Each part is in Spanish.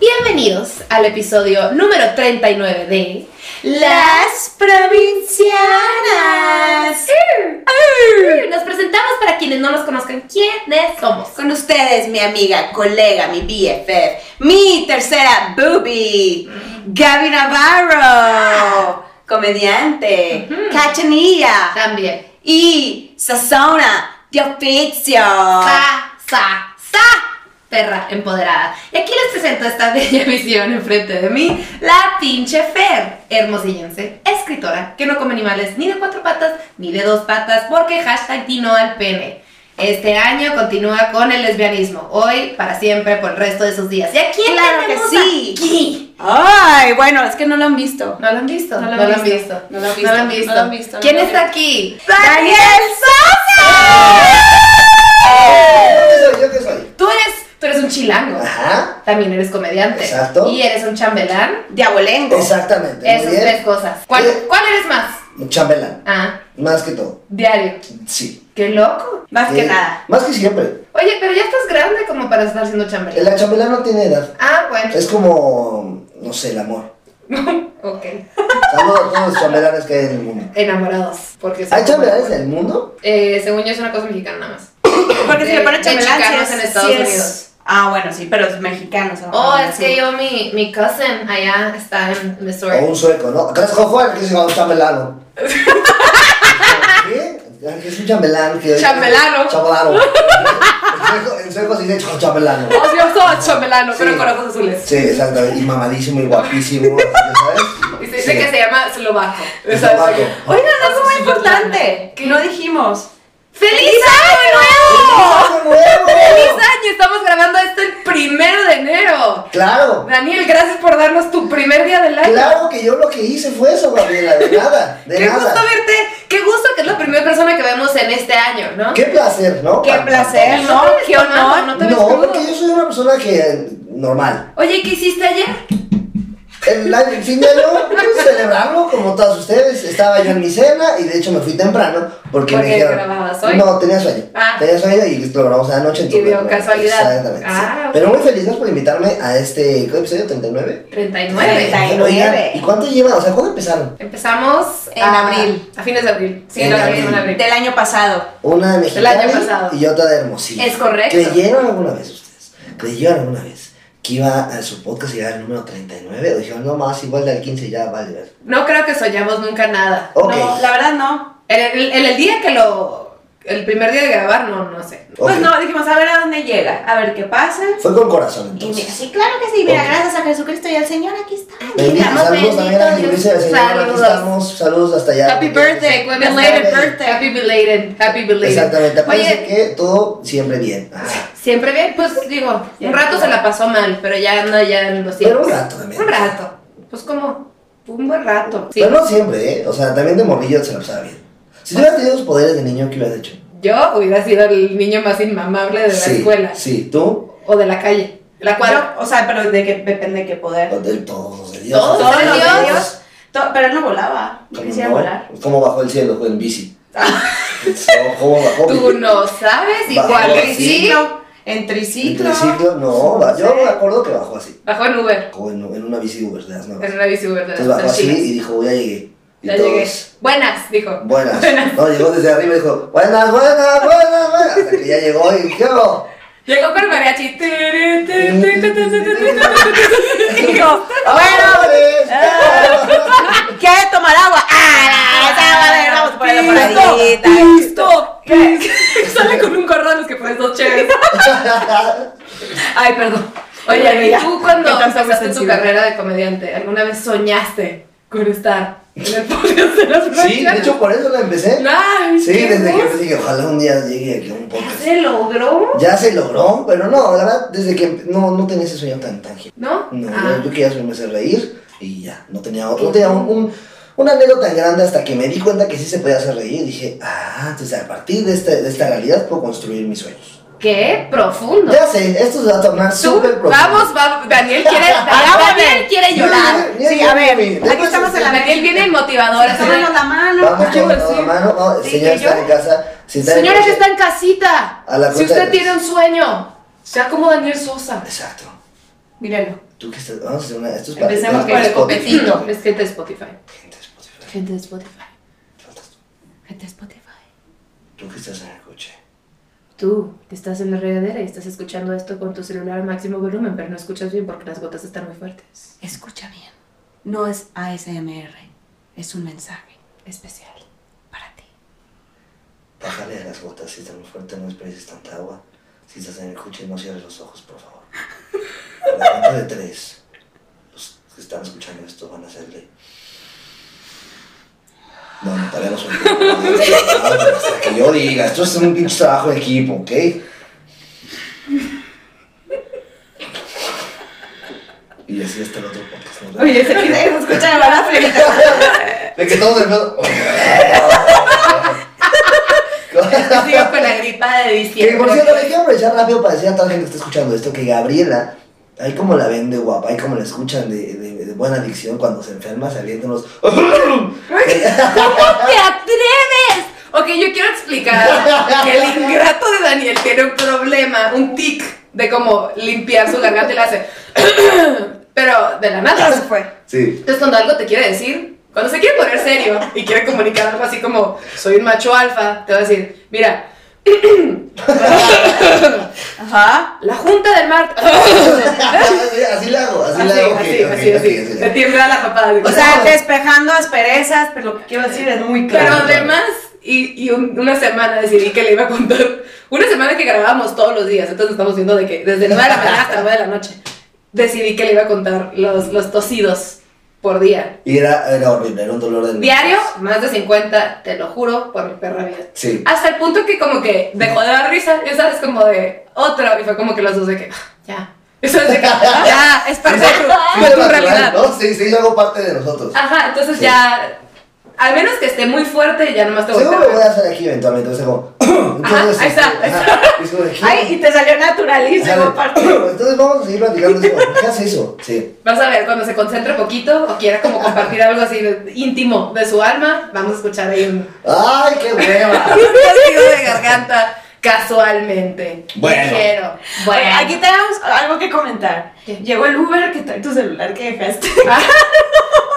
Bienvenidos al episodio número 39 de Las provincianas. Nos presentamos para quienes no nos conozcan quiénes somos. Con ustedes, mi amiga, colega, mi BFF, mi tercera booby, Gaby Navarro, comediante, Ujú. cachanilla También. y sazona de oficio. Sa, sa, sa. Perra empoderada. Y aquí les presento esta bella visión enfrente de mí, la pinche Fer, hermosillense, escritora, que no come animales ni de cuatro patas ni de dos patas, porque hashtag tino al pene. Este año continúa con el lesbianismo, hoy, para siempre, por el resto de sus días. Y aquí Claro que tenemos sí. aquí Ay, bueno, es que no lo han visto. No lo han visto. No lo han visto. No lo han visto. No lo han visto. No lo han visto, no ¿Quién lo han está aquí? Daniel Yo Sosa. qué soy, yo qué soy. Tú eres, tú eres un chilango. Ajá. También eres comediante. Exacto. Y eres un chambelán. De abolengo. Exactamente. Muy Esas tres bien. cosas. ¿Cuál, Sí. cuál eres más? Un chambelán. Ah, Más que todo. diario. Sí. Qué loco. Más Sí. que nada. Más que siempre. Oye, pero ya estás grande como para estar siendo chambelán. La chambelán no tiene edad. Ah, bueno. Es como, no sé, el amor. ok. Saludos a todos los chambelanes que hay en el mundo. Enamorados. Porque son ¿Hay como- chambelanes en el mundo? Eh, según yo es una cosa mexicana nada más. Porque si De- le ponen de chambelán, sí chicanos es- en Estados sí es- Unidos. Ah, bueno, sí, pero es mexicano. Ah, Oh, es que yo, mi, mi cousin allá está en Missouri. O un sueco, ¿no? Acá es Jojo, que se llama un chambelano. ¿Qué? Es un chambelán que... Chambelano. Chambelano. En sueco- En sueco se dice chambelano. Oh, yo soy chambelano, Ah, Sí. ojos azules. Sí, exactamente. Y mamadísimo y guapísimo, ¿ya ¿sabes? Y se dice Sí. que se llama eslovaco. Eslovaco. Oigan, algo Ah, muy Sí, importante que ¿Qué? no dijimos. ¡Feliz año nuevo! ¡Año nuevo! ¡Feliz año! Estamos grabando esto el primero de enero. Claro, Daniel, gracias por darnos tu primer día del año. claro que yo lo que hice fue eso, Gabriela, de nada, de Qué gusto nada. verte. Qué gusto que es la primera persona que vemos en este año, ¿no? Qué placer, ¿no? Qué Pa- pa- placer, ¿No ¿no? te ves Qué tomando, honor. no te ves No, crudo? porque yo soy una persona que eh, normal. Oye, ¿qué hiciste ayer? El, año- el fin de año, pues, celebrarlo como todas ustedes. Estaba yo en mi cena y de hecho me fui temprano porque me Porque dijeron. grababas hoy. No, tenía sueño. Ah. Tenía sueño y lo grabamos a la noche. entonces Y dio me- me- casualidad. Exactamente. sí. Ah, ok. Pero muy felices por invitarme a este ¿qué episodio 39. 39. 39. Oigan, ¿y cuánto lleva? O sea, ¿cuándo empezaron? Empezamos En a- abril. A fines de abril. Sí, En la abril. semana de abril. Del año pasado. Una de Mexicali año pasado. y otra de Hermosillo. Es correcto. ¿Creyeron alguna vez ustedes? ¿Creyeron alguna vez que iba a su podcast y era el número 39? O dijeron, no más, igual del 15 ya vale. ver. No creo que soñamos nunca nada. Ok. No, la verdad no. El, el, el- el día que lo. El primer día de grabar, no, no sé. Pues Ok. no, dijimos, a ver a dónde llega, a ver qué pasa. Fue con corazón Y mira, entonces. sí, claro que sí. Mira, Ok. gracias a Jesucristo y al Señor, aquí está. Bendito, Digamos, saludos también a la bendito iglesia del Dios. Señor. Aquí Saludos. estamos. Saludos hasta allá. Happy birthday, güey, Exactamente. belated birthday. Happy belated, happy belated. Exactamente. Acuérdense Oye, que todo siempre bien. Ah, siempre bien, pues digo, un rato se la pasó mal, pero ya anda ya en los Pero tiempos. un rato también. Un rato. Pues como, un buen rato. Sí. Pero no siempre, ¿eh? O sea, también de morrillo se la pasaba bien. Si Pues hubieras tenido los poderes de niño, ¿qué hubieras hecho? Yo hubiera sido el niño más inmamable de la sí, escuela Sí, tú. o de la calle. La cuadra. Yo, o sea, pero de que, depende de qué poder. Los de todos los de Dios. Todos los de los Dios. To- pero él no volaba. No quisiera ¿Cómo, volar. no? ¿Cómo bajó el cielo? Fue en bici. ¿Cómo bajó? Tú no sabes Bajo igual que así. sí. Triciclo. En ¿En triciclo. triciclo? No, va- yo sé. me acuerdo que bajó así. Bajó en Uber. Como en, en una bici Uber de las nuevas. En una bici Uber de Entonces las bajó así chidas. y dijo, ya llegué. Y Ya todos, llegué. Buenas, dijo. Buenas. No, llegó desde arriba y dijo, buenas, buenas, buenas, buenas. Hasta que ya llegó y ¿qué hago? Llegó con mariachi. Dijo, ¡Ah, bueno, ¿quiere tomar agua? Ah, es agua, a ver, vamos a ponerlo por ahí. Pisto, pisto. Sale con un gorro a los que pones dos chéveres. Ay, perdón. Oye, ¿y Mira, tú cuando qué tanto empezaste tu sensible. carrera de comediante, alguna vez soñaste con estar en el podcast de las Sí, de hecho por eso la empecé. Ay, Sí, qué desde que voz. empecé dije, ojalá un día llegue aquí a ¿Ya un podcast. se logró? Ya se logró, pero no, la verdad, desde que empe- no, no tenía ese sueño tan tangible. ¿No? No, Ah. yo, yo quería hacerme hacer reír y ya, no tenía, otro- no tenía un, un- una anécdota tan grande hasta que me di cuenta que sí se podía hacer reír y dije, ah, entonces a partir de, este- de esta realidad puedo construir mis sueños. Qué profundo. Ya sé, esto se va a tornar Tú, súper profundo. vamos, vamos. Daniel quiere, Vamos, Daniel quiere llorar. Mira, mira, Sí, mira, a ver, mira, aquí mira, estamos en la Daniel viene motivador. Tómanos la mano. Vamos Ay, con pues, todo, sí. mano, vamos, Sí, señores que yo- están en casa, si están en Señora que coche- está en casita, A la si cuenta usted de tres. tiene un sueño, sea como Daniel Sosa. Exacto. Mírenlo. Tú que estás. Vamos a hacer una. Esto es para. Empecemos con para el Spotify. copetito. Es gente de Spotify. Gente de Spotify. Gente de Spotify. pues, Faltas tú. Gente de Spotify. Tú que estás en el coche. Tú, que estás en la regadera y estás escuchando esto con tu celular al máximo volumen, pero no escuchas bien porque las gotas están muy fuertes. Escucha bien. No es ASMR. Es un mensaje Especial. para ti. Bájale a las gotas. Si está muy fuerte, no esperes tanta agua. Si estás en el coche, no cierres los ojos, por favor. A la cuenta de tres. Los que están escuchando esto van a hacerle. No, no, todavía no soy yo. Hasta que yo diga, esto es un pinche trabajo de equipo, ¿ok? Y así hasta el otro podcast. ¿no? Oye, ese que se escucha la mala De que todos el pedo. Sigo con la gripa de Que por diciembre. cierto, le quiero aprovechar rápido para decir a toda la gente que está escuchando esto que Gabriela, ahí como la ven de guapa, ahí como la escuchan de, de- de buena adicción cuando se enferma saliendo unos. ¿Cómo te atreves? Ok, yo quiero explicar que el ingrato de Daniel tiene un problema, un tic de cómo limpiar su garganta y le hace. Pero de la nada. se fue. Sí. Entonces, cuando algo te quiere decir, cuando se quiere poner serio y quiere comunicar algo así como, soy un macho alfa, te va a decir, mira, Ajá. la junta del mar. así, así la hago, así, la Así, hago. ok, así, ok, así, así. ok, así la Te hago. tiembla la papada. O sea, despejando asperezas, pero lo que quiero decir es muy Pero claro. Claro. además, y, y un- una semana decidí que le iba a contar. Una semana que grabábamos todos los días, entonces estamos viendo de que desde 9 de la mañana hasta 9 de la noche, decidí que le iba a contar los, los tosidos por día. Y era, era horrible, era un dolor de. Diario, más de 50, te lo juro, por mi perra vida. Sí. Hasta el punto que como que dejó de dar risa, ya sabes, como de otro, y fue como que los dos de que, "Ah, ya. Eso es de que, "Ah, ya. Ya, es parte de tu, Sí, de tu natural, realidad. Ah, ¿no? Sí, sí, yo hago parte de nosotros. Ajá, entonces Sí. ya, al menos que esté muy fuerte, ya nomás te voy Seguro lo voy a hacer aquí eventualmente, o sea, como. Entonces, ahí está, ahí ajá, es como de aquí. Ay, y te salió naturalísimo, Ajá, aparte. Entonces vamos a seguir platicando. es como, ¿Qué hace eso? Sí. Vas a ver, cuando se concentre poquito o quiera como compartir algo así de- íntimo de su alma, vamos a escuchar ahí un ¡Ay, qué hueva! un testigo de garganta casualmente. Bueno. Ligero. Bueno. Oye, Aquí tenemos algo que comentar. ¿Qué? Llegó el Uber que trae tu celular que dejaste.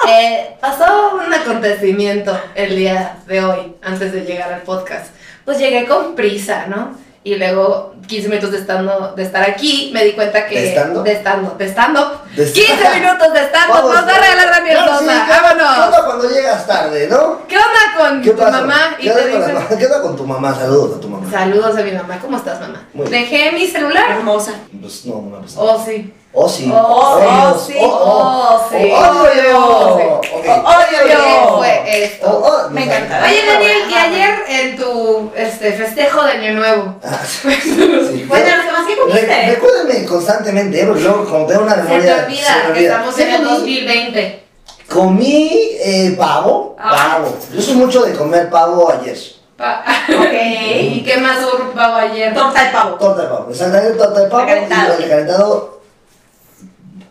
Eh, pasó un acontecimiento el día de hoy, antes de llegar al podcast. Pues llegué con prisa, ¿no? Y luego, 15 minutos de, estando, de estar aquí, me di cuenta que... ¿De estando? De estando, de estando. De esta- 15 minutos de estando, Vamos, nos va a regalar Daniel Claro, sí, Sosa, ¿qué- ¿Qué vámonos. onda cuando llegas tarde, no? ¿Qué onda con ¿Qué tu pasa? mamá? Y ¿Qué, te onda con la dicen- mamá? ¿Qué onda con tu mamá? Saludos a tu mamá. Saludos a mi mamá, ¿cómo estás, mamá? Muy bien. Dejé mi celular. Hermosa. Pues no, no me pasa. Oh, sí. Oh, sí. Oh, Dios. sí. Oh, sí. Oh, Oh, yo. sí. Ok. Oh, yo, ¿Qué yo. fue esto? Oh, oh, Me no sé. encanta. Oye, Daniel, y ayer en tu este, festejo de Año Nuevo. Ah, sí. Bueno, los demás, ¿qué Re- comiste? recuérdame constantemente, ¿eh? porque luego como tengo una Se te memoria. olvida me que estamos en el Comí- 2020. Comí eh, pavo, Ah. pavo. Yo soy mucho de comer pavo ayer. Pa- Ok. ¿Y qué más hubo pavo ayer? Torta de pavo. Torta de pavo. Exactamente, torta de pavo Recalentado. y recalentado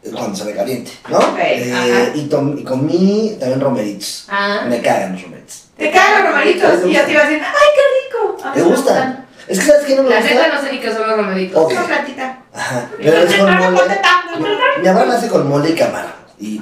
eh, cuando se recaliente, ¿no? Ok, Eh, ajá. y, tom- y comí también romeritos. Ah. Me cagan los romeritos. Te caen los romeritos. Y yo te iba a decir, ¡ay, qué rico! A mí ¿Te me gustan? Es que sabes que no me Ah, La neta gusta. no sé ni qué son los romeritos. Ok. Una platita. Ajá. Pero es con mole. Mi- Mi mamá lo hace con mole y camarón. Y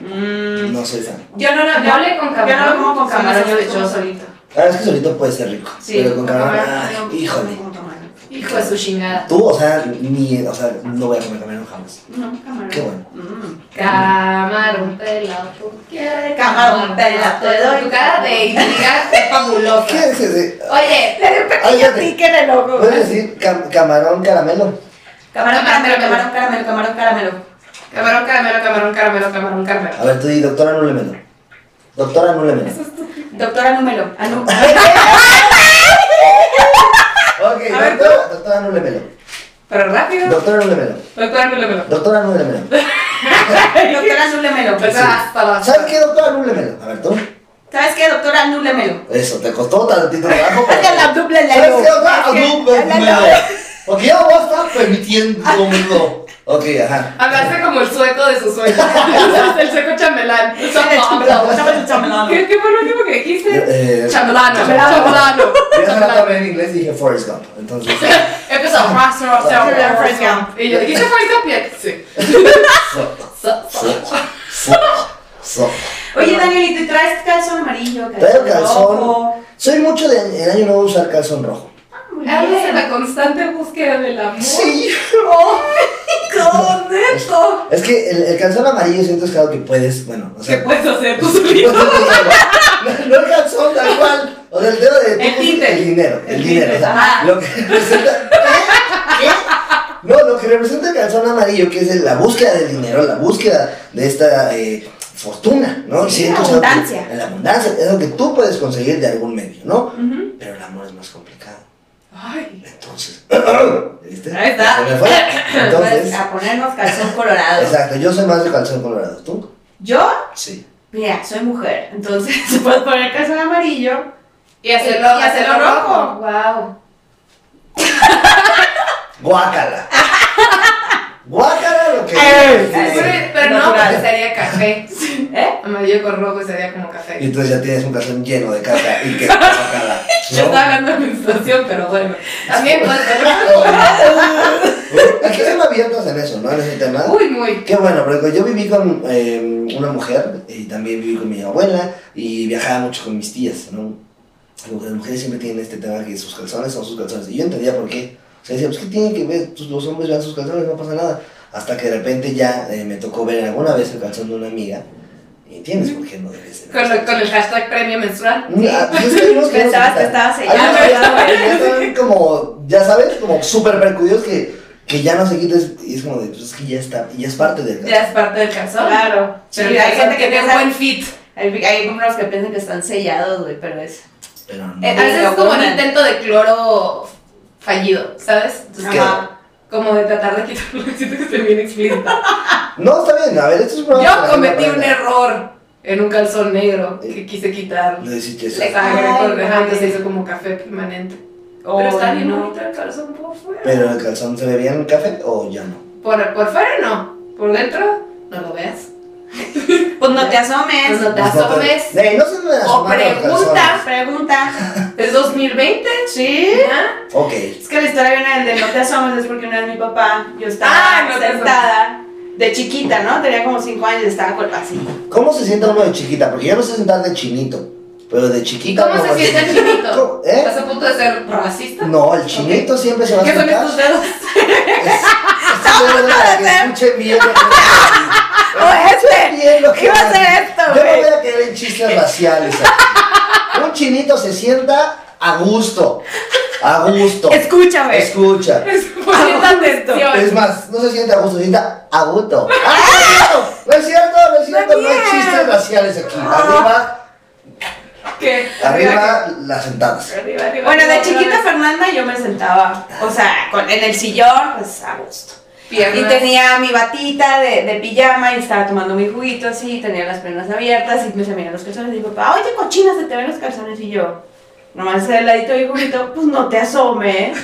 Mm. no soy fan. Yo Mm. no la Yo hablé con camarón. Yo no lo como con camarón. Sí, yo lo sospechoso como ahorita. La verdad es que solito puede ser rico. Sí, pero con con camarón, camarón, ay, Ah, híjole. con camarón. Hijo de su chingada. Tú, o sea, ni, o sea, no voy a comer camarón jamás. No, camarón. Qué bueno. Mm. Camarón pelado, tú quieres. Camarón pelado, te doy. Tu cara de intriga es fabulosa. ¿Qué es ese? Oye, Le di un Ay, pequeño fíjate. pique en el ojo. ¿Puedes decir cam- camarón caramelo? Camarón caramelo, camarón caramelo, camarón caramelo. camarón, caramelo, camarón, caramelo, camarón, caramelo. A ver, tú di, doctora, no le meto. Doctora, no le meto. Doctora, número. Ah, no. Ok, A ver, doctora, doctora Nulemelo. Pero rápido. Doctora Nulemelo. Doctora, caramelo. Doctora Nulemelo. Ah, Doctora, númelo. Doctora, hasta la- Ah, ¿Sabes qué, doctora Nulemelo? A ver, tú. ¿Sabes qué, doctora? Númlemelo. Eso, te costó tantito trabajo. pero- Es que la duple la ¿Sabes qué, leo. doctora Es que- Nulemelo? Porque yo voy a estar permitiéndomelo. Ok, ajá. Hablaste como el sueco de sus sueños. el sueco chambelán. ¿Qué, ¿Qué fue lo último que dijiste? Eh, Chambelano. Chambelano. Chambelano. Yo solo hablé en inglés y dije Forrest Gump. Entonces, Empezó. Y yo, ¿dijiste Forrest Gump? Y él, Sí. so, So- so- so, so, so. Oye, Daniel, ¿y te traes calzón amarillo? Traigo Calzón rojo. calzón. Soy mucho de en año nuevo usar calzón rojo. Ah, muy Hablas de bien. la constante búsqueda del amor. Sí. ¡Oh, mi neto! Es que el, el calzón amarillo siento es algo que puedes, bueno, o ¿Qué sea, puedes hacer tú No, solito? no el calzón, tal cual. O sea, el dedo de El tinte. El dinero. El, El dinero. tinte, o sea, ajá. lo que representa. ¿Qué? No, lo que representa el calzón amarillo, que es la búsqueda del dinero, la búsqueda de esta eh, fortuna, ¿no? Sí, Siento la es algo que- abundancia. La abundancia, es lo que tú puedes conseguir de algún medio, ¿no? Ujú. Pero el amor es más complicado. Ay. Entonces. ¿Viste? Ahí está. Se me fue. Entonces. a ponernos calzón colorado. Exacto, yo soy más de calzón colorado. ¿Tú? Yo, Sí. mira, soy mujer, entonces se puede poner calzón amarillo Y hacerlo, y hacerlo rojo. Wow. Guácala. Guácala lo que. Eh, Sí, Sí. Pero- Pero no, natural. porque sería café. ¿Eh? Amarillo con rojo sería como Y café. entonces ya tienes un calzón lleno de caca y que guácala. Yo estaba hablando de menstruación, pero bueno. También pues, puede ser. Aquí son abiertos en eso, ¿no? En ese tema. Uy, muy. Qué bueno, porque yo viví con eh, una mujer y también viví con mi abuela y viajaba mucho con mis tías, ¿no? Como que Las mujeres siempre tienen este tema que sus calzones son sus calzones. Y yo entendía por qué. O sea, decía, pues, ¿qué tiene que ver? Tus- Los hombres vean sus calzones, no pasa nada. Hasta que de repente ya eh, me tocó ver alguna vez el calzón de una amiga. Y entiendes por qué no debes de ver Con, sus lo- con el hashtag premio menstrual. Mm, ah, pues es que no, que no Pensabas se que quitan. estabas Hay sellado, unos que ya ¿verdad? no, ya están como, ya sabes, como súper percudidos que, que ya no se quites y es como de, pues es que ya está, y ya es parte del Ya caso. es parte del calzón. Claro. Pero Sí, hay gente que tiene un buen fit. Hay, hay unos que piensan que están sellados, güey, pero es. Pero no. Eh, a veces lo es como un ponen. intento de cloro fallido, ¿sabes? Entonces, ¿Qué? Ajá. como de tratar de quitarlo. Siento que estoy bien explícita. No, está bien, a ver, esto es un programa para ah. Yo que cometí un aprenda. error en un calzón negro que quise quitar. No hiciste eso. Le sangre Ay, con güey. rejante, se hizo como café permanente. Pero Ay, está bien Oh, no. bonito el calzón por fuera. Pero el calzón se ve bien en el café o ya no. Por, por fuera no. Por dentro, no lo veas. Pues no te asomes. Pues no te Pues no te- asomes. Ey, no se me asomaron los preguntas. Pregunta. Es 2020. ¿Sí? ¿ya? calzones. Ok. Es que la historia viene del de no te asomes, es porque una vez mi papá, yo estaba Ah, no te sentada, de chiquita, ¿no? Tenía como 5 años, estaba con así. ¿Cómo se sienta uno de chiquita? Porque yo no sé sentar de chinito, pero de ¿Y chiquita. cómo se uno siente el así. chinito? ¿Eh? ¿Estás a punto de ser racista? No, el chinito siempre se va a ¿Qué son sentar. estos eh? dedos? Ah, Oh, este, Escuchen bien lo que voy a decir. Escuchen bien lo que ¿Qué va a voy ser esto, Yo no güey? voy a quedar en chistes raciales aquí. Un chinito se sienta a gusto. A gusto. Escúchame. Escucha. Es bonita Ah, atención. Es más, no se sienta a gusto, se sienta a gusto. ¡Ah! No es cierto, no es cierto, no hay Daniel. chistes raciales aquí. Arriba, ¿Qué? arriba las sentadas. Arriba, arriba, Bueno, de arriba, chiquita arriba. Fernanda yo me sentaba, o sea, con- en el sillón, pues a gusto. Piernas. Y tenía mi batita de, de pijama y estaba tomando mi juguito así, tenía las piernas abiertas y me se me veían los calzones y mi papá, oye cochina, se te ven los calzones y yo, nomás el ladito de mi juguito, pues no te asomes.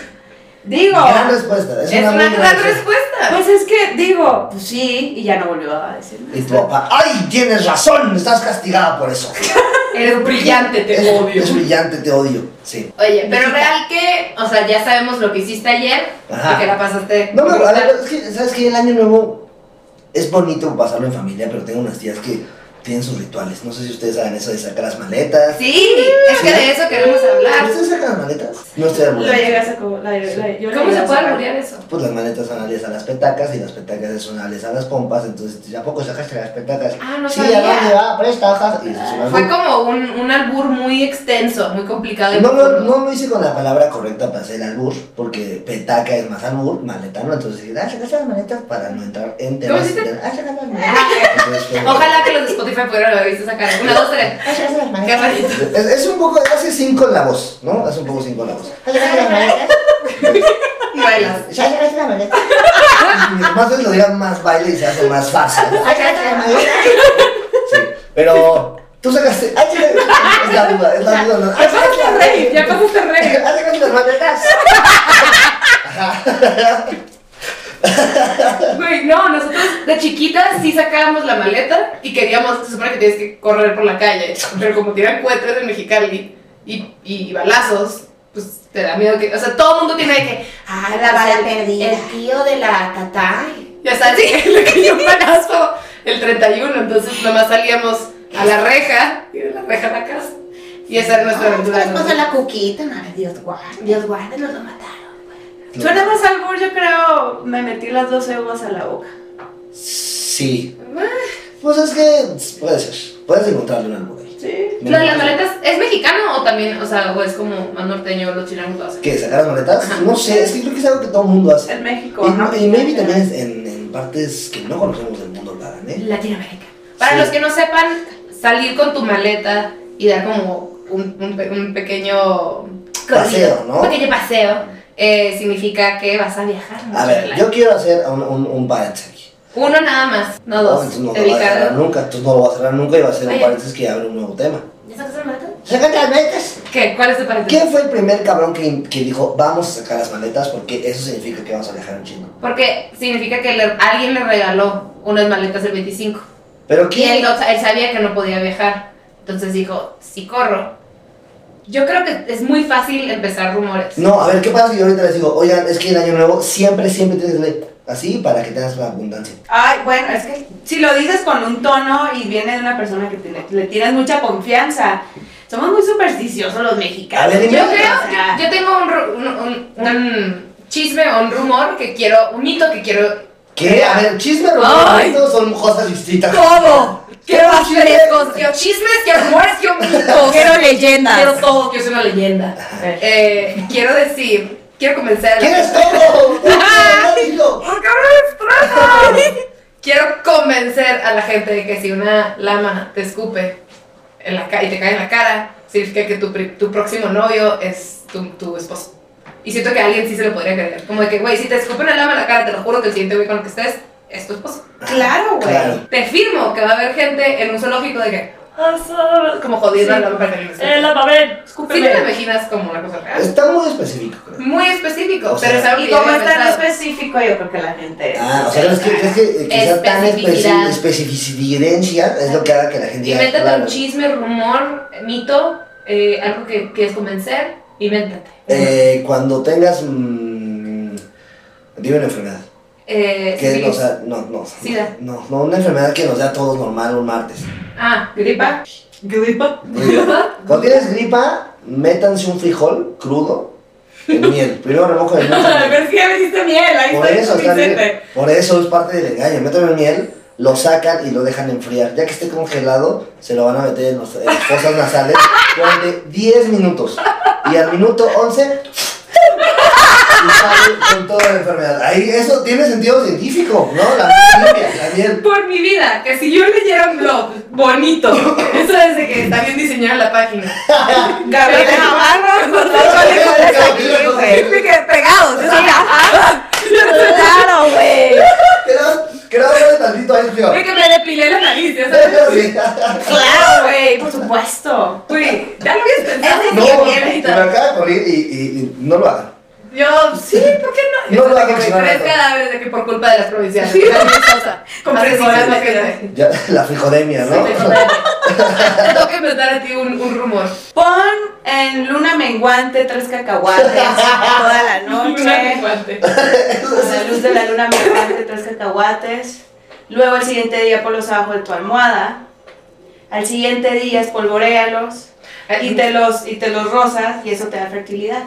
Digo, Gran respuesta, es, Es muy Ah, una gran respuesta. respuesta. pues es que digo, pues sí, y ya no volvió a decirme. Y tu papá, ¡ay, tienes razón! Estás castigada por eso. Eres brillante, te es, odio. es brillante, te odio. Sí. Oye, pero Chiquita. real que, o sea, ya sabemos lo que hiciste ayer Ajá. y que la pasaste. No, pues. no, brutal. a ver, es que, ¿sabes qué? El año nuevo es bonito pasarlo en familia, pero tengo unas tías que tienen sus rituales. No sé si ustedes saben eso de sacar las maletas. Sí, es que de eso queremos hablar. ¿Ustedes sacan las maletas? No estoy Lo arbolando. llegué a sacar, la- la- yo la ¿Cómo llegué se a puede sacar. alburear eso? Pues las maletas son alias a las petacas y las petacas son alias a las pompas. Entonces, ¿ya poco sacaste las petacas? Ah, no sí, sabía. ¿a dónde va? Presta, ajá. Y eso es un Fue albur. como un, un albur muy extenso, muy complicado. y No, no, profundo. no lo hice con la palabra correcta para hacer albur, porque petaca es más albur, maleta no, entonces dije, ah, sacaste las maletas para no entrar en temas. hiciste? de- Ah, sacaste las maletas. Entonces fue- Ojalá que los de Spotify pudieran haber visto esa cara. Una, dos, tres. Ah, sacaste las Qué maletas. rarito. Es, es un poco, hace cinco en la voz, ¿no? Hace un poco cinco en la voz. Ah, sacaste las maletas. Y bailas. Ya sacaste las maletas. Y mientras Más veces lo digan, más baile y se hace más fácil. Ah, sacaste las maletas. Sí, pero tú sacaste, ah, sacaste- es la duda, es la duda. no. Ah, Ya sacaste pasaste rey, ya pasaste rey. Hace con las maletas. Ajá. Güey, no, nosotros de chiquitas sí sacábamos la maleta y queríamos, se supone que tienes que correr por la calle, pero como tiran cohetes en Mexicali y, y balazos, pues te da miedo que, o sea, todo el mundo tiene de que, ah, la bala perdida, el tío de la tatá, ya está, sí, le cayó un balazo el 31, entonces nomás salíamos a la reja y de la reja a la casa. Y esa era Ah, nuestra aventura. ¿no? la cuquita, madre, Dios guarde. Dios guarde, nos lo mataron. Suena más albur, yo creo. Me metí las 12 uvas a la boca. Sí. Pues es que puede ser. Puedes encontrarle un albur ahí. Sí. Lo de las maletas, ¿es mexicano o también, o sea, o es como más norteño, los chilangos lo hacen? ¿Qué? ¿Sacar las maletas? No sé, es que creo que es algo que todo el mundo hace. En México. Y, ¿no? y maybe también es en, en partes que no conocemos del mundo lo hagan, ¿eh? Latinoamérica. Para Sí. los que no sepan, salir con tu maleta y dar como un, un pe- un pequeño Paseo, ¿no? Un pequeño paseo eh, significa que vas a viajar. mucho A en ver, la- yo quiero hacer un, un, un paréntesis. Uno nada más, no No, dos. entonces no lo voy a cerrar dedicado. nunca, entonces no lo voy a cerrar nunca y va a ser un Oye. paréntesis que abre un nuevo tema. ¿Ya sacaste la maleta? ¡Sácate las maletas! ¿Qué? ¿Cuál es tu paréntesis? ¿Quién fue el primer cabrón que, que dijo vamos a sacar las maletas? Porque eso significa que vamos a viajar un chingo. Porque significa que le- alguien le regaló unas maletas el 25. Pero Y él, ¿quién? no- él sabía que no podía viajar. Entonces dijo, si corro. Yo creo que es muy fácil empezar rumores. No, a ver, ¿qué pasa si yo ahorita les digo, oigan, es que el año nuevo siempre, siempre tienes ley así para que tengas la abundancia? Ay, bueno, es que si lo dices con un tono y viene de una persona que te le, le tienes mucha confianza. Somos muy supersticiosos los mexicanos. A ver, dime. Yo O creo sea, que yo tengo un, ru- un, un- un chisme o un rumor que quiero, un mito que quiero. ¿Qué? A ver, chisme romántico son cosas distintas. ¡Todo! Quiero más frescos, Quiero chismes, quiero rumores, quiero mitos. Quiero Quiero leyendas. todo, quiero ser una leyenda. Eh, quiero decir, quiero comenzar. ¿Quieres todo? ¡Romántico! ¡Por qué me extrañas? Quiero convencer a la gente de que si una lama te escupe en la ca- y te cae en la cara, significa que tu, pri- tu próximo novio es tu, tu esposo. Y siento que a alguien sí se lo podría creer. Como de que, güey, si te escupe una lama en la cara, te lo juro que el siguiente güey con el que estés es tu esposo. Claro, güey. Claro. Te firmo que va a haber gente en un zoológico de que, "Ah, sabes", como jodiendo a Eh, la lama para que le escupe. Eh, Sí te lo imaginas como una cosa real. Está muy específico, creo. Muy específico, O pero sea, es algo Y que yo como había es tan pensado. específico, yo creo que la gente. Ah, o sea, es que, es que, eh, que sea tan Especificidad. especi- especificidad es lo que haga que la gente diga, Invéntate claro. un chisme, rumor, mito, eh, algo que quieres convencer, invéntate. Eh, cuando tengas. mm, dime una enfermedad. Eh, Que sí. no sea. No, no. Sida. No, no, una enfermedad que nos dé a todos normal un martes. Ah, eh, gripa. Gripa. Cuando tienes gripa, métanse un frijol crudo en miel. Primero remojo el miel. Pero es que ya me hiciste miel, ahí Por está eso, está bien. suficiente. por eso es parte del engaño. Métanlo en miel, lo sacan y lo dejan enfriar. Ya que esté congelado, se lo van a meter en, los- en las fosas nasales durante 10 minutos. Y al minuto 11. Y sale con toda la enfermedad. Ahí eso tiene sentido científico, ¿no? La miel limpia, la miel. Por mi vida, que si yo leyera un blog bonito, eso es de que está bien diseñada la página. Gabriela Navarro, nos Pero va a ¿qué poner tal, aquí, Gabriela? güey. pegados, eso ya. Claro, güey. Creo- Creo que tantito ahí, tío. Yo que me depilé la nariz, ya sabes. Claro, güey, por supuesto. Güey, ya lo habías pensado. No, Qué me miedito. acaba de correr y, y- y no lo hagan. Yo, sí, ¿por qué no? No Eso lo de hago, que si me no, no, tres no. cadáveres de que por culpa de las provincias. Con personas Así más que- que Ya, la frijodemia, ¿no? Tengo que inventar a ti un, un rumor. Pon en luna menguante tres cacahuates toda la Una noche. guante. A la luz de la luna menguante tres cacahuates. Luego el siguiente día ponlos abajo de tu almohada. Al siguiente día espolvorealos y te los y te los rozas y eso te da fertilidad.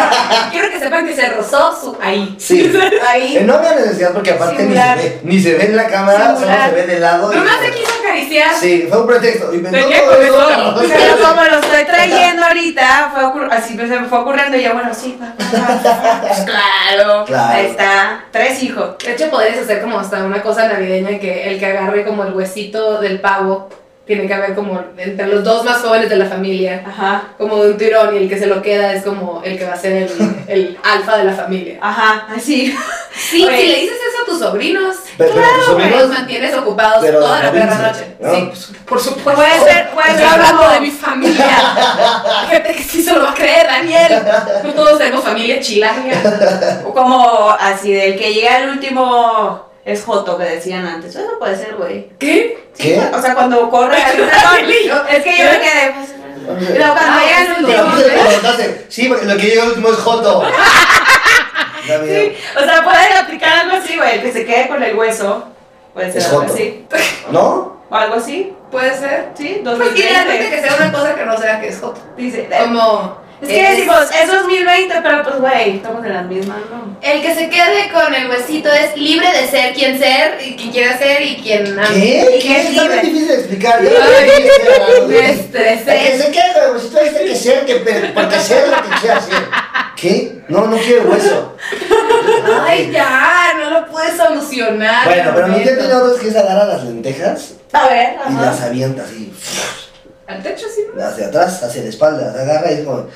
Quiero que sepan que se rozó su ahí. Sí. Eh, Ahí no había necesidad porque aparte ni se, Singular. ve, ni se ve en la cámara, Singular. solo se ve de lado. y- Nomás se quiso acariciar. Sí, fue un pretexto. Inventó Venía todo con eso. el pero como lo estoy trayendo ahorita, fue ocur- así me- se me fue ocurriendo y ya bueno, sí, va, va, va. claro. Claro. Ahí está, tres hijos. De hecho, podrías hacer como hasta una cosa navideña que el que agarre como el huesito del pavo tiene que haber como entre los dos más jóvenes de la familia, Ajá, como de un tirón, y el que se lo queda es como el que va a ser el, el alfa de la familia. ajá, así. Sí, Oye. si le dices eso a tus tus sobrinos. Pero- pero tus sobrinos- los mantienes ocupados pero toda la perra provincia, noche. ¿no? Sí, pues, por supuesto. Puede ser- puede Estoy ser hablando como- de mi familia. Gente que sí se lo va a creer, Daniel. No todos tenemos familia chilanga. O como así, del que llega el último es Joto, que decían antes. Eso puede ser, güey. ¿Qué? ¿Qué? O sea, cuando corre al no, Es que yo me quedé. pues, Pero cuando Ah, llega el sí, Pero último. aparte le preguntaste, sí, porque lo que llegó al último es Joto. Da miedo. Sí, o sea, pueden aplicar algo así, güey. El que se quede con el hueso. Puede ser Es algo joto. así. ¿No? O algo así. Puede ser. Sí, Pues 2020. idealmente que sea una cosa que no sea que es hot. Dice. eh, Como. Es que eh, decimos, es 2020, pero pues, güey, estamos en las mismas, ¿no? El que se quede con el huesito es libre de ser quien ser y quien quiera ser Ah, y quien ama. ¿Qué? ¿Y qué es Está bien libre? difícil de explicar. Ya lo Ay, Pues, dije, Gerardo. Me El que estresé. se queda, güey, si tú dices que sea, que pe- porque sea lo que sea, sí. ¿Qué? No, no quiero hueso. Ay, ya, no lo pude solucionar. Bueno, pero mi tía Roberto. tiene otros que es agarrar las lentejas A ver, y ajá. las avienta así, Al techo sí, ¿no? hacia atrás, hacia la espalda, las agarra y es como...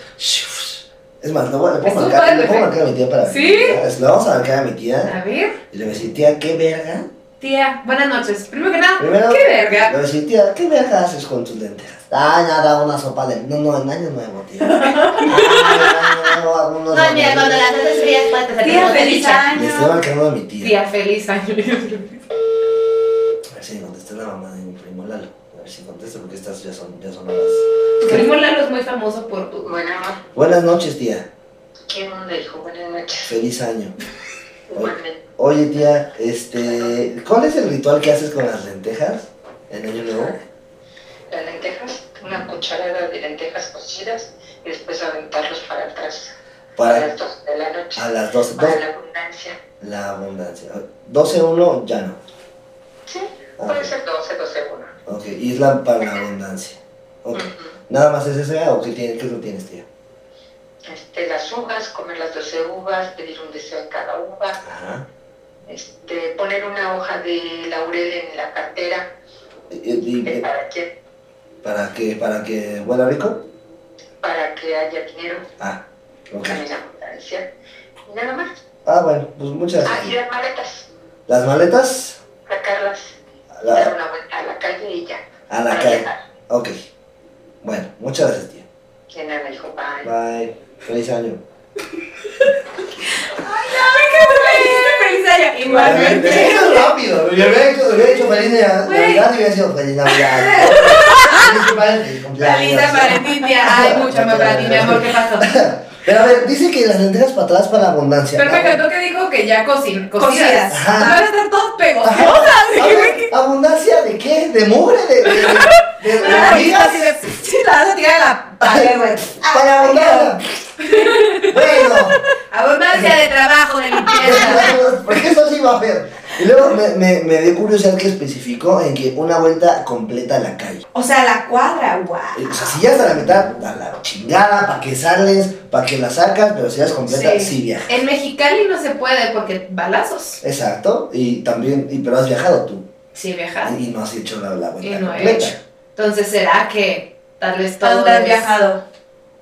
Es más, no, le Estuvo puedo marcar, padre, le puedo ¿eh? marcar a mi tía para... ¿Sí? Ah. Le vamos a marcar a mi tía A ver, y le voy a decir, tía, ¿qué verga? tía, buenas noches. Primero que nada, Primero- Ah, ¿qué verga? Le voy a decir, tía, ¿qué verga haces con tus lentejas? Ah, nada, una sopa de... No, no, en año nuevo, tía. "Ah, No, No, mira, cuando las haces frías puedes hacer Tía, como feliz salchicha. Le año. estoy marcando a mi Tía, feliz año. A ver si me contesta la mamá de mi primo Lalo. A ver si contesta porque estas ya son, ya son horas. Tu primo Lalo es muy famoso por tu. Bueno, Buenas noches, tía. ¿qué onda, hijo? Buenas noches. Feliz año. Oye, Igualmente. oye, tía, este, ¿cuál es el ritual que haces con las lentejas en Año Nuevo? Las lentejas, una cucharada de lentejas cocidas y después aventarlos para atrás. a Para las 12 de la noche. a las 12. Para do- la abundancia. la abundancia. 12-1 ya no. Sí, Ah, puede ser 12, 12, 1. Ok, y es la para la abundancia. Ok. Mm. ¿Nada más es esa o qué, tiene, qué lo tienes, tía? Este, las uvas, comer las 12 uvas, pedir un deseo a cada uva, Ajá. este, poner una hoja de laurel en la cartera, Y- y- que y- para, que, ¿Para que, para que huela rico? para que haya dinero, Ah, ok. para la abundancia. Y nada más. Ah, bueno, pues muchas Ah, gracias. y las maletas, Las maletas sacarlas, a dar la, una vuelta a la calle y Ah, ya. a la para calle. viajar. Ok. Bueno, muchas gracias, tía. Que nada, dijo, bye. Bye. Feliz año. Feliz año. Te Igualmente. siento rápido. Yo hubiera hecho, hubiera hecho feliz Navidad Güey. Navidad y hubiera sido feliz Navidad. Feliz Navidad, feliz Feliz cumpleaños. para ti, tía. Ay, mucho más para ti, mi amor, ¿qué pasó? Pero a ver, dice que las lentejas para atrás para la abundancia. Pero me Ah, bueno. encantó que dijo que ya cocin Cocidas. cocidas. Ajá. Van a estar todos Ajá. pegosas. A ver, ¿Abundancia de qué? ¿De mugre? ¿De, de, de, de- de hormigas? Sí, la vas a tirar a la pared, güey. Para abundar. Bueno. Abundancia de trabajo, de limpieza. Porque eso sí va a hacer. Y luego me, me, me dio curiosidad que especificó en que una vuelta completa a la calle. O sea, la cuadra, guau. Eh, O sea, si ya está a la mitad, a la chingada, para que sales, para que la sacas, pero si ya es completa, sí, Sí. viaja. En Mexicali no se puede porque balazos. Exacto, y también, y, pero has viajado tú Sí, viajar. y no has hecho la, la vuelta Y no he completa. hecho. Entonces, ¿será que tal vez todo ¿Dónde has es- viajado?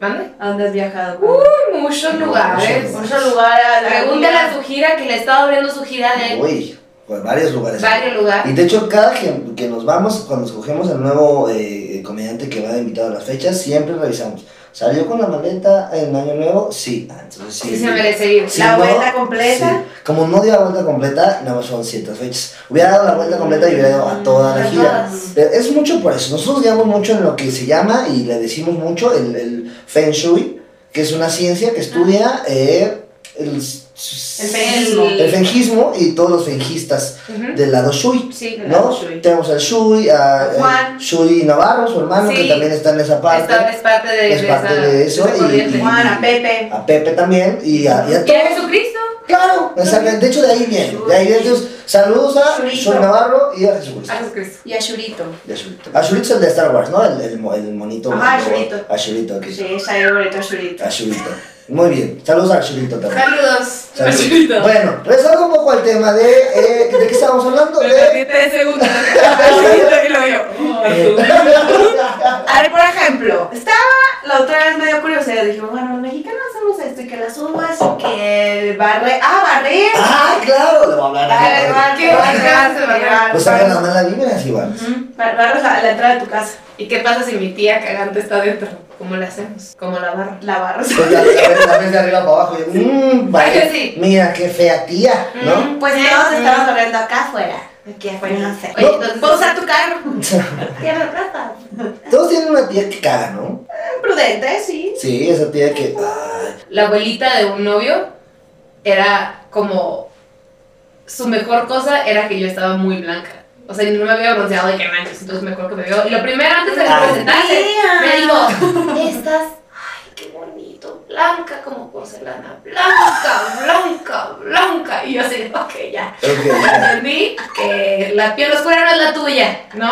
¿Mande? ¿A dónde has viajado? Uy, muchos No, lugares. muchos Uh, Mucho lugar a la Pregúntale a tu gira que le estaba abriendo su gira de Uy, pues varios lugares. varios lugares. Y de hecho, cada que, que nos vamos, cuando escogemos el nuevo eh, comediante que va de invitado a las fechas, siempre revisamos. ¿Salió con la maleta en Año Nuevo? Sí. Ah, entonces sí. Sí, se merece ir. Sí, La vuelta completa. sí. Como no dio la vuelta completa, nada más fueron ciertas fechas. Hubiera dado la vuelta completa y hubiera ido a toda la A gira. todas. Pero Eh, es mucho por eso. Nosotros guiamos mucho en lo que se llama y le decimos mucho el, el Feng Shui, que es una ciencia que estudia eh, el, fengismo. el fengismo y todos los fengistas Ujú. del lado Shui. Sí, El ¿No? lado shui. Tenemos al Shui, a, eh, Juan. Shui Navarro, su hermano, que Sí. también está en esa parte. Esta es parte de, Es parte esa- de eso esa y- corriente. y- Juan, a Pepe. A Pepe también y a, y a ¿Y a Jesucristo? Claro, exactamente. De hecho, de ahí viene. De ahí viene. Entonces, saludos a Azulito. Soy Navarro y a Jesucristo. A Jesucristo. Y a Shurito. Y a Azulito. Azulito es el de Star Wars, ¿no? El, el, mo- el monito. Ajá, monito. Azulito. Azulito, ok. Sí, está bien bonito Shurito. Azulito. Muy bien. Saludos a Azulito también. Saludos. Saludos. Bueno, regresando un poco al tema de. eh, ¿De qué estábamos hablando? Me De. eh, perdí tres segundos. Azulito, y lo veo. A ver, por ejemplo, estaba la otra vez me dio curiosidad. Dije, bueno, los mexicanos hacemos esto y que las uvas y que el barre. Ah, barrer. ¡Ah, claro! Le voy a hablar a Barre, la barre, qué barre, clase, barre, barre. Pues hagan la mala vibra si van. Ujú. barre, barre la, la entrada de tu casa. ¿Y qué pasa si mi tía cagante está dentro? ¿Cómo la hacemos? ¿Cómo la barro? La barras. Pues la, la ves- la ves de arriba para abajo. y, Mmm, vaya, Sí. Mira qué fea tía, ¿no? Pues Sí, todos sí. estamos barriendo acá afuera. Aquí afuera no sé. Oye, No. entonces, ¿Puedo usar tu carro? ¿Qué me pasa? Todos tienen una tía que caga, ¿no? Prudente, sí. Sí, esa tía que. ah, ay, la abuelita de un novio era como su mejor cosa era que yo estaba muy blanca. O sea, no me había bronceado de que manches, entonces mejor que me veo. Y lo primero antes de Ay, presentarse, mira. me dijo, estás, ay, qué bonito, blanca como porcelana, blanca, blanca, blanca. Y yo así, ok, ya. ok, ya. Entendí que la piel oscura no es la tuya, ¿no?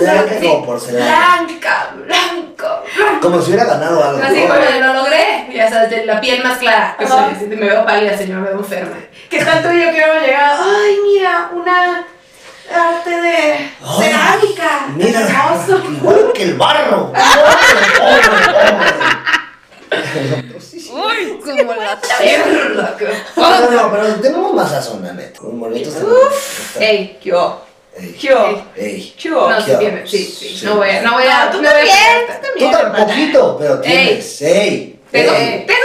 Blanca Sí. como porcelana. Blanca, blanco, blanco. Como si hubiera ganado algo. Así ¿no? como de, lo logré, ya sabes, de la piel más clara. que Ajá. soy. me veo pálida, señor, me veo enferma. ¿Qué tanto yo que hemos llegado? Ay, mira, una arte de Ay, cerámica. Mira, Hermoso. igual que el barro. Pobre, pobre, pobre. Uy, como la tierra. No, no, pero tenemos más sazón, la neta. Los morritos también. Ey, ¿Qué hubo? Ey, ¿Qué hubo? ey. ¿Qué hubo? no, sí ¿qué tienes, hago? sí, sí. Sí. No voy a, no voy a. No, tú no voy a- también, tú Tú tan poquito, pero tienes. Ey. Tengo, ey. tengo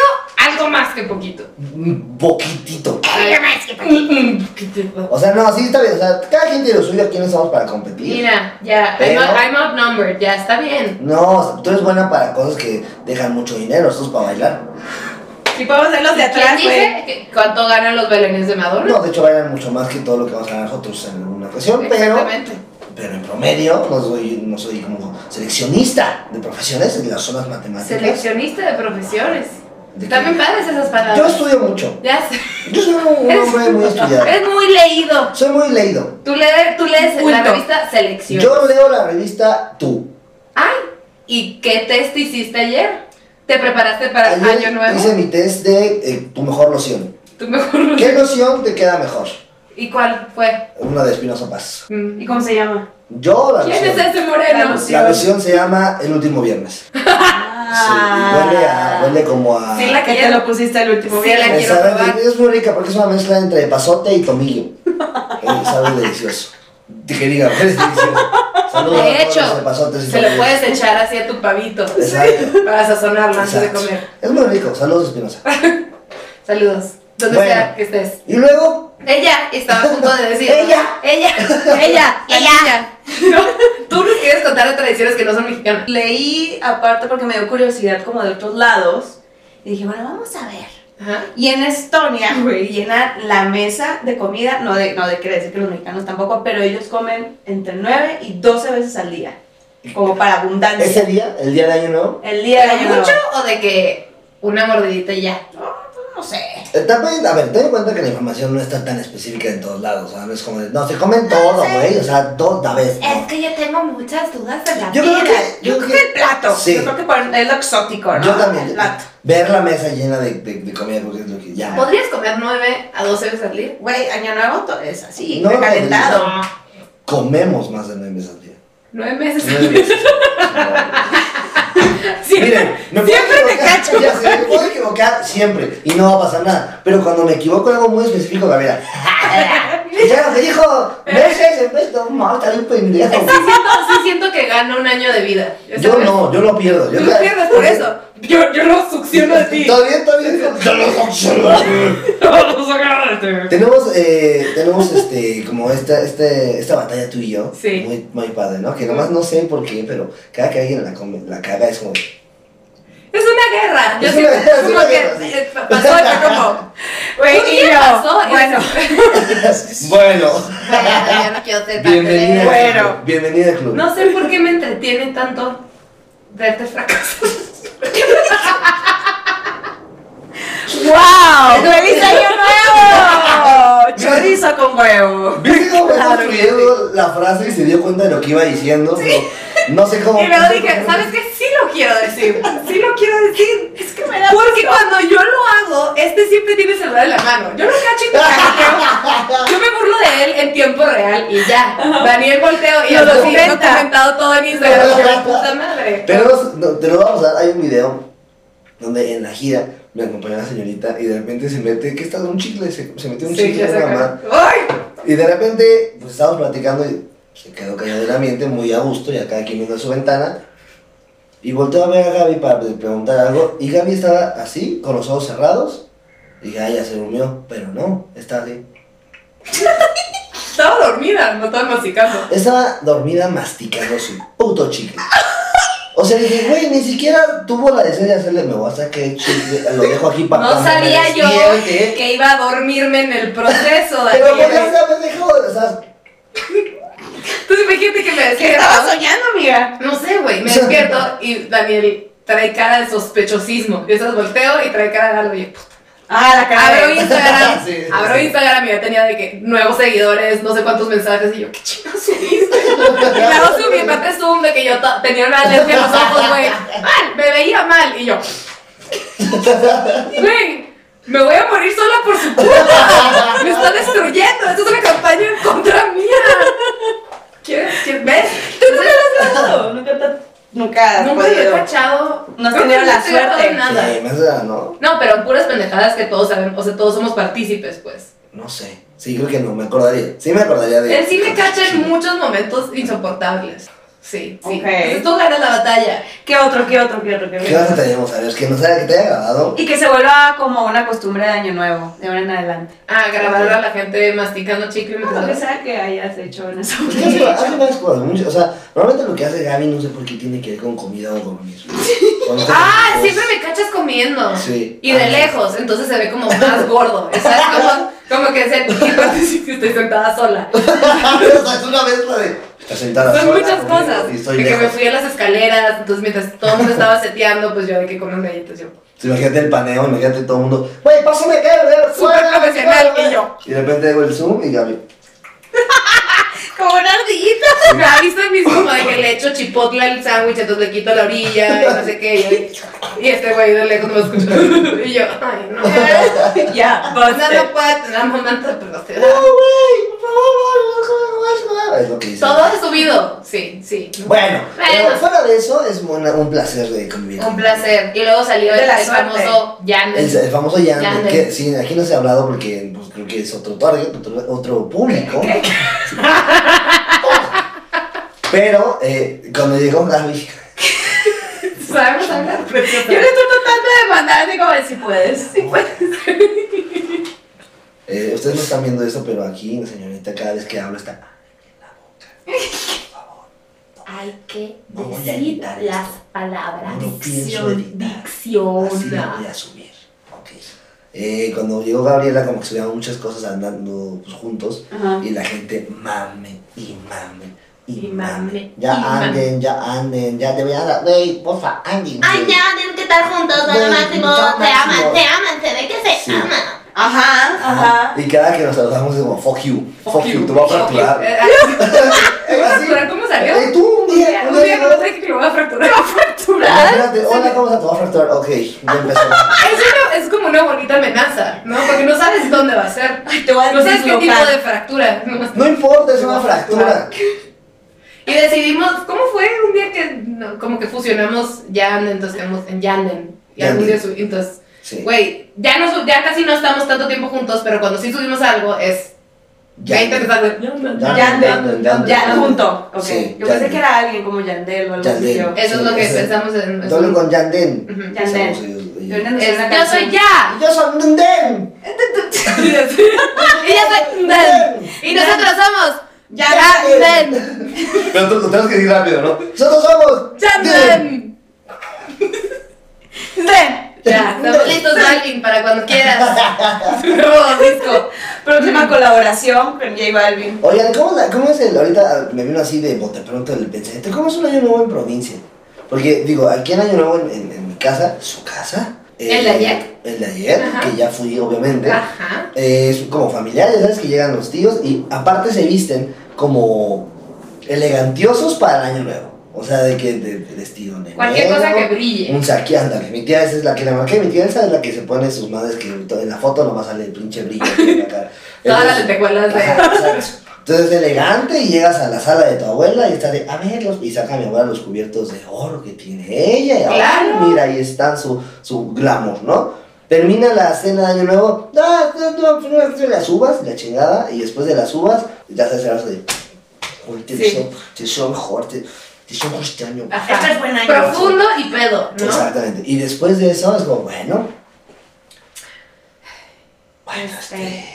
algo más que poquito. Un poquitito. Algo más que Mm, poquito. O sea, no, sí está bien. O sea, cada quien tiene lo suyo. Aquí no estamos para competir. Mira, ya, I'm, Pero- out- I'm outnumbered, ya, está bien. No, o sea, tú eres buena para cosas que dejan mucho dinero. Eso es para bailar. Si podemos hacer los ¿Quién de atrás, güey. dice que- cuánto ganan los bailarines de Madonna? No, de hecho, bailan mucho más que todo lo que vamos a ganar nosotros en alguna ocasión. Pero, Exactamente. pero en promedio, no soy, no soy como seleccionista de profesiones en las zonas matemáticas. Seleccionista de profesiones. De Están bien que- padres esas Yo palabras. estudio mucho. Ya sé. Yo soy un un hombre muy estudiado. Es muy leído. Soy muy leído. Tú, lees, tú lees Culto. la revista Selección. Yo leo la revista Tú. Ay, ¿y qué test hiciste ayer? ¿Te preparaste para Ayer Año Nuevo? hice mi test de eh, tu mejor loción. ¿Tu mejor ¿Qué loción te queda mejor? ¿Y cuál fue? Una de Espinosa Paz. Mm. ¿Y cómo se llama? Yo la ¿Quién es loción. ese moreno? Vamos. La loción se llama El último viernes. Sí, y huele, a- huele como a. Ah. Sí, la que te lo pusiste el último Sí, la viernes. quiero sabe- probar. Es muy rica porque es una mezcla entre pasote y tomillo. Eh, sabe delicioso. Te que diga, es delicioso. Saludos De a todos hecho, los pasotes y Se lo tomillos. puedes echar así a tu pavito Exacto. para sazonarlo antes de exacto. comer. Es muy rico. Saludos, Espinosa. Saludos. Donde Bueno. sea que estés. Y luego, Ella estaba a punto de decir. Ella. ella, ella, ella. No, tú nos quieres contar de tradiciones que no son mexicanas. Leí aparte porque me dio curiosidad como de otros lados. Y dije, bueno, vamos a ver. Ajá. Y en Estonia, güey, llenan la mesa de comida, no de, no de quiere decir que los mexicanos tampoco, pero ellos comen entre 9 y 12 veces al día, como para abundancia. ese día, el día de año nuevo, El día de ¿Pero año nuevo. mucho o de que una mordidita y ya? No sé. Eh, También, a ver, ten en cuenta que la información no está tan específica en todos lados, o sea, no es como de, no, se comen todo, güey, o sea, todo a la vez, ¿no? Es que yo tengo muchas dudas de la Yo creo vida. que, yo creo que, El plato. Sí. Yo creo que por- es lo exótico, ¿no? yo también, El plato. ver la mesa llena de, de, de comida, porque es lo que ya, ¿Podrías comer 9 a 12 veces al día? Güey, año nuevo to- es así, No, recalentado. comemos más de nueve meses al día. 9 meses. Nueve meses. Miren, me puedo equivocar, ya sé, me puedo equivocar siempre y no va a pasar nada, pero cuando me equivoco en algo muy específico, Gabriela, ya lo que dijo, meses, en vez de un mal, está bien pendejo, güey. No, sí siento que gana un año de vida. ya Yo sabes. no, yo lo pierdo. Yo Tú lo pierdes por eso. Yo, yo lo succiono de ti. Todavía, todavía. Yo lo observo. Lo succiono de ti. Tenemos, eh, tenemos este, como esta, este, esta batalla tú y yo. Sí. Muy, muy padre, ¿no? Que nomás no sé por qué, pero cada que alguien la, come, la caga es como. Es una guerra. Yo Es siento una- es como una que guerra, sí. eh, pasó y fue como. Güey, ¿Tú y qué yo, pasó? Y bueno, Bueno. Vaya, ya no quiero ser parte Bienvenida. al de... Bueno. club, Bienvenida al club. No sé por qué me entretiene tanto verte fracasar. ¡Wow! ¡Feliz año nuevo! Chorizo con huevo. ¿Viste cómo fue Claro que construyendo la frase y se dio cuenta de lo que iba diciendo? No, no sé cómo. Y luego dije, ¿sabes qué? Sí lo quiero decir. Sí lo quiero decir. Es que me da Porque cuando yo lo hago, este siempre tiene el celular en la mano. Yo lo cacho y te cajeteo. Yo me burlo de él, en tiempo real y ya. Daniel volteo y Lo yo lo documenta. documentado todo en Instagram. como de puta madre. Tenemos, no, te lo vamos a dar, hay un video donde en la gira me acompaña una señorita y de repente se mete, ¿qué está? Un chicle, se, se metió un Sí, chicle ya en sé la que- mano. ¡Ay! Y de repente, pues estábamos platicando y se quedó callado el ambiente, muy a gusto, y a cada quien viendo a su ventana. Y volteó a ver a Gaby para pre- preguntar algo, y Gaby estaba así, con los ojos cerrados. Y dije, ah, ya se durmió, pero no, estaba así. Estaba dormida, no estaba masticando. Estaba dormida masticando su puto chicle. O sea, dije, güey, ni siquiera tuvo la decencia de hacerle, me voy a sacar el chicle, lo dejo aquí para No sabía yo que iba a dormirme en el proceso, Pero podías Daniel. haber dejado, o sea, Entonces imagínate que me ¿Qué despierto. estaba soñando, amiga? No sé, güey, me despierto y Daniel trae cara de sospechosismo. Y esas volteo y trae cara de algo. Y yo, puta. Ah, la cara. abro de- Instagram, Sí, sí, abro sí. Instagram y ya tenía de que nuevos seguidores, no sé cuántos mensajes. Y yo, ¿qué chingados subiste? Y luego subí, aparte Zoom, de que yo to- tenía una alergia en los ojos, güey. Mal, me veía mal. Y yo, güey, me voy a morir sola por su culpa. Me está destruyendo. Esto es una campaña en contra mía. ¿Quieres? ¿Quieres? ¿Ves? Entonces, No, Nunca te- Nunca has Nunca lo he podido. cachado. No has Creo tenido que la no he cachado suerte. nada. Sí, no, sé, no, No, pero puras pendejadas que todos saben, o sea, todos somos partícipes, pues. no sé. Sí, creo que no, me acordaría. Sí, me acordaría de. Él sí me cacha en muchos momentos insoportables. Sí, sí. Ok. Entonces tú ganas la batalla. ¿Qué otro, qué otro, qué otro, qué ¿Qué otro? vas a tener? A ver, es que no sabía que te haya grabado. Y que se vuelva como una costumbre de año nuevo, de ahora en adelante. Ah, grabar a la gente masticando chicle Lo que mientras... sea que hayas hecho en esa Pues que hace, hace varias cosas. mucho- o sea, normalmente lo que hace Gaby no sé por qué tiene que ver con comida o dormir. O no sé, Ah, con siempre cosas. me cachas comiendo. Pues- Sí. Y de Ah, lejos, entonces se ve como más gordo. ¿Sabes? Como, como que se... estoy sentada sola. o sea, es una mezcla de. Está sentada Son sola, muchas conmigo, cosas. Y estoy de que me lejos. fui a las escaleras, entonces mientras todo el mundo estaba seteando, pues yo de que con unas galletas yo. Sí, Imagínate el paneo, imagínate todo el mundo. Güey, pásame acá, güey, Súper fuera, profesional, fuera". y yo. Y de repente hago el zoom y Gaby. Como una ardillita. Me ha visto el mismo de que le echo chipotle al sándwich, entonces le quito la orilla y no sé qué. Y, yo- y este güey de lejos no me escucha. Y yo, ay, no. Ya, No, no puedo tener un momento, pero se No, da. Oh. güey, por favor, no, no, no, no, no, no, no". Es lo que dice. Todo ha subido. Sí, sí. Bueno, Bueno. pero fuera de eso, es una- un placer de convivir. Un placer. Y luego salió De el, la el suerte. famoso El, Jan. el famoso Yandel, Yandel. que sí, aquí no se ha hablado porque pues, creo que es otro target, otro, otro público. Sí. Pero eh, cuando llegó Gaby, Sabemos hablar. preciosa. Yo le estoy tratando de mandar así como de si puedes. Si puedes. eh, ustedes no están viendo esto, pero aquí la señorita cada vez que habla está... Hay que No voy a decir editar las esto. palabras. No pienso editar. Dicción. Así la voy a subir. Ok. Eh, cuando llegó Gabriela, como que subían muchas cosas andando pues, juntos Ajá. y la gente mame y mame. Y, Y mame, mame, Ya y mame. anden, ya anden, ya te voy a dar, güey, porfa, anden. Ay, güey. ya, tienen que estar juntos, son lo Güey, máximo. son Se máximo. aman, se aman, se ve que se Sí. aman. Ajá, ajá. Y cada que nos saludamos es como, fuck you, fuck, you, tú vas a Fuck you. fracturar. Eh, ¿Te vas a fracturar? ¿Cómo salió? Eh, tú un Un día, día- un día no sé que lo voy a fracturar. ¿Lo voy a fracturar? Espérate, hola, ¿cómo se te va a fracturar? Ok, ya empezamos. Es, una- es como una bonita amenaza, ¿no? Porque no sabes dónde va a ser. Ay, te voy a No sabes qué tipo dislocar. de fractura. ¿no? No importa, es una fractura. Y decidimos, ¿cómo fue un día que no, como que fusionamos Yanden, entonces quedamos en Yanden? Y algún día subimos, entonces, Sí. güey, ya, no su- ya casi no estamos tanto tiempo juntos, pero cuando sí subimos algo es Ya. 20 mensajes. Yanden. Ya, Yandel. ya, ya, Ya, ya. junto. Ok. Sí, Yo pensé Yandel. que era alguien como Yandel o algo así. Yandel. Yo. Eso es lo que Sí, ese- pensamos en... en- Doble con Yanden. Ujú. Yandel. Somos ellos, ellos. Yo no sé Es, una yo soy canción. ya. Yo soy Yanden. y yo soy Yanden. Y nosotros somos Yanden. Pero tú lo tenemos que decir rápido, ¿no? Nosotros somos ¡Yanden! Ven. Ya, estamos listos, Balvin, para cuando quieras. Nuevo disco. Próxima colaboración con J Balvin. Oigan, ¿cómo, la- ¿cómo es el.? Ahorita me vino así de bote pronto el pensamiento. ¿Cómo es un año nuevo en provincia? Porque, digo, aquí en año nuevo en, en- en mi casa, su casa. eh, ¿El de ayer? El de ayer, Ajá. que ya fui, obviamente. Ajá. Eh, es como familiares, ¿sabes? Que llegan los tíos y aparte se visten como elegantiosos para el año nuevo. O sea, de que de, de vestido negro. Cualquier cosa que brille. Un saquí, ándale. Mi tía esa es la que le marqué. Mi tía esa es la que se pone sus madres que en la foto nomás sale el pinche brillo aquí en la cara. Todas las Entonces, lentejuelas de. Ajá, exacto. Entonces elegante y llegas a la sala de tu abuela y está de, a ver, los, y saca a mi abuela los cubiertos de oro que tiene ella. Y, "Ay, Claro. Mira, ahí están su, su glamour, ¿no? Termina la cena de año nuevo, "Ah, no, no, primero hacer las uvas, la chingada, y después de las uvas, ya se hace el brazo de, "Uy, te Sí. deseo, te deseo mejor, te, te deseo mejor este año. Ajá. Este es buen año. Profundo y pedo, Ah, ¿no? Exactamente. Y después de eso es como, bueno. Bueno, este.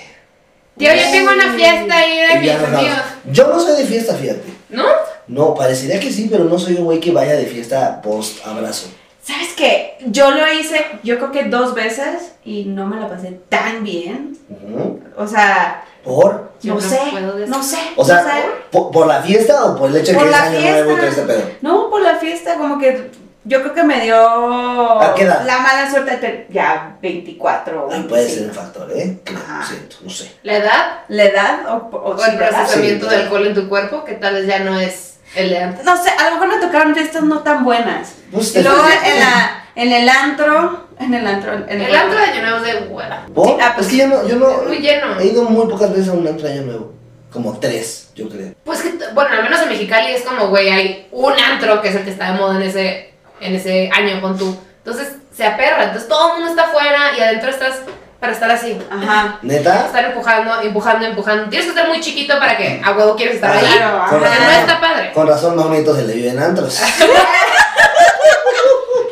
Tío, yo tengo una fiesta ahí de y mis ya nos vamos. amigos. Yo no soy de fiesta, fíjate. ¿No? No, parecería que sí, pero no soy un güey que vaya de fiesta post abrazo. ¿Sabes qué? Yo lo hice, yo creo que dos veces y no me la pasé tan bien. Ujú. O sea, ¿Por? Yo no, no sé, puedo decir- no sé. O sea, no sé. ¿por, por la fiesta o por el hecho de que Por es la año nuevo y todo fiesta. este pedo? No, por la fiesta, como que yo creo que me dio qué edad? la mala suerte de tener ya 24 o Ay, puede 25. ser un factor, ¿eh? Creo, Ajá. siento, no sé. La edad ¿La edad o, o, o el sin la edad? procesamiento Sí, de alcohol en tu cuerpo, que tal vez ya no es el de antes. No sé, a lo mejor me tocaron fiestas no tan buenas. Pues, Y luego te- en, la, en el antro, en el antro, en el, El antro de año nuevo es de hueva. ¿Por? Sí, ah, pues es que yo no, yo no- Es muy lleno. he ido muy pocas veces a un antro de año nuevo. Como tres, yo creo. Pues que, t- bueno, al menos en Mexicali es como, güey, hay un antro que es el que está de moda en ese, en ese año con tú. Entonces se aperra, entonces todo el mundo está afuera y adentro estás para estar así. Ajá. ¿Neta? Estar empujando, empujando, empujando. Tienes que estar muy chiquito para que a huevo quieres estar Ah, ahí. claro, Porque ajá. no está padre. Con razón, no bonito se le vive en antros.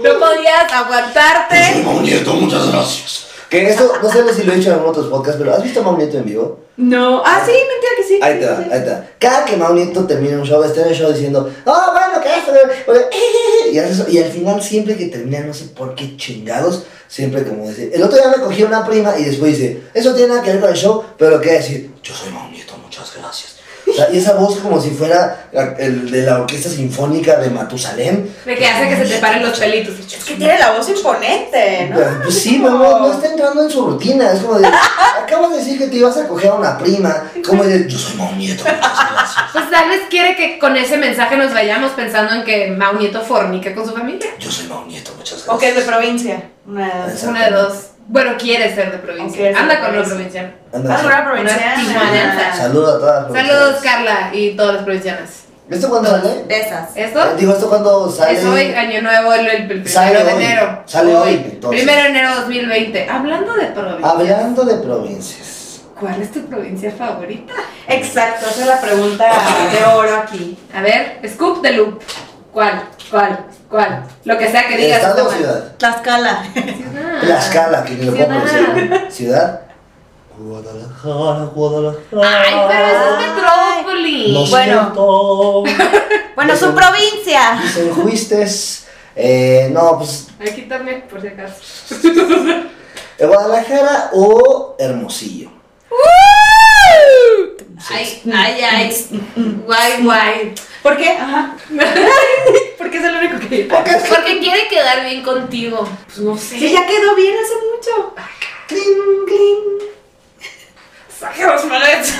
No podías aguantarte. Mau Nieto, muchas gracias. Que esto, no sé si lo he dicho en algún otro podcast, pero ¿has visto a Mau Nieto en vivo? No. Ah, sí, mentira que sí. Ahí te va, sí, sí. ahí te va. Cada que Mau Nieto termina un show, está en el show diciendo, oh, bueno, ¿qué haces? "Eh, Y hace eso, y al final, siempre que termina, no sé por qué chingados, siempre como dice, el otro día me cogió una prima y después dice, eso tiene nada que ver con el show, pero ¿qué decir? Yo soy Mau Nieto, muchas gracias. O sea, y esa voz como si fuera la- el de la orquesta sinfónica de Matusalén. De que hace que se te paren los pelitos. Es que tiene la voz imponente, ¿no? Pues sí, pero no, no está entrando en su rutina. Es como de, acabas de decir que te ibas a coger a una prima. Como de, yo soy Mau Nieto, muchas gracias. Pues tal vez quiere que con ese mensaje nos vayamos pensando en que Mau Nieto fornica con su familia. Yo soy Mau Nieto, muchas gracias. O que es de provincia. Una de dos. Exacto. Una de dos. Bueno, quiere ser de provincia. Quiere ser Anda de con los provincia. provincianos. Anda, Ah, sal- una tijuanense. provinciana. Saludo a todas. las ¿eh? Saludos, profesoras. Carla y todas las provincianas. ¿Esto cuándo sale? De esas. ¿Esto? Eh, Digo, ¿esto cuándo sale? Es hoy, año nuevo, el, el primero Sale de hoy. enero. Sale hoy, entonces. Ah. Primero de enero 2020. Hablando de provincia. Hablando de provincias. ¿Cuál es tu provincia favorita? Exacto, esa es la pregunta de oro aquí. A ver, scoop de loop. ¿Cuál? ¿Cuál? ¿Cuál? Lo que sea que digas. ¿Estado o toma. ciudad? Tlaxcala. Ciudad. Tlaxcala, que ni lo puedo Ciudad. pronunciar. ¿Ciudad? Guadalajara, Guadalajara. Ay, pero eso es metrópoli. Lo Bueno. siento. Bueno, su provincia. Dicen juistes. Eh, no, pues Aquí también, por si acaso. ¿De Guadalajara o Hermosillo? Ay, ay, ay. Guay, guay. ¿Por qué? Ajá. Porque es el único que. Porque quiere quedar bien contigo. Pues no sé. Sí, ya quedó bien hace mucho. ¡Cling, cling! Saquemos maletas.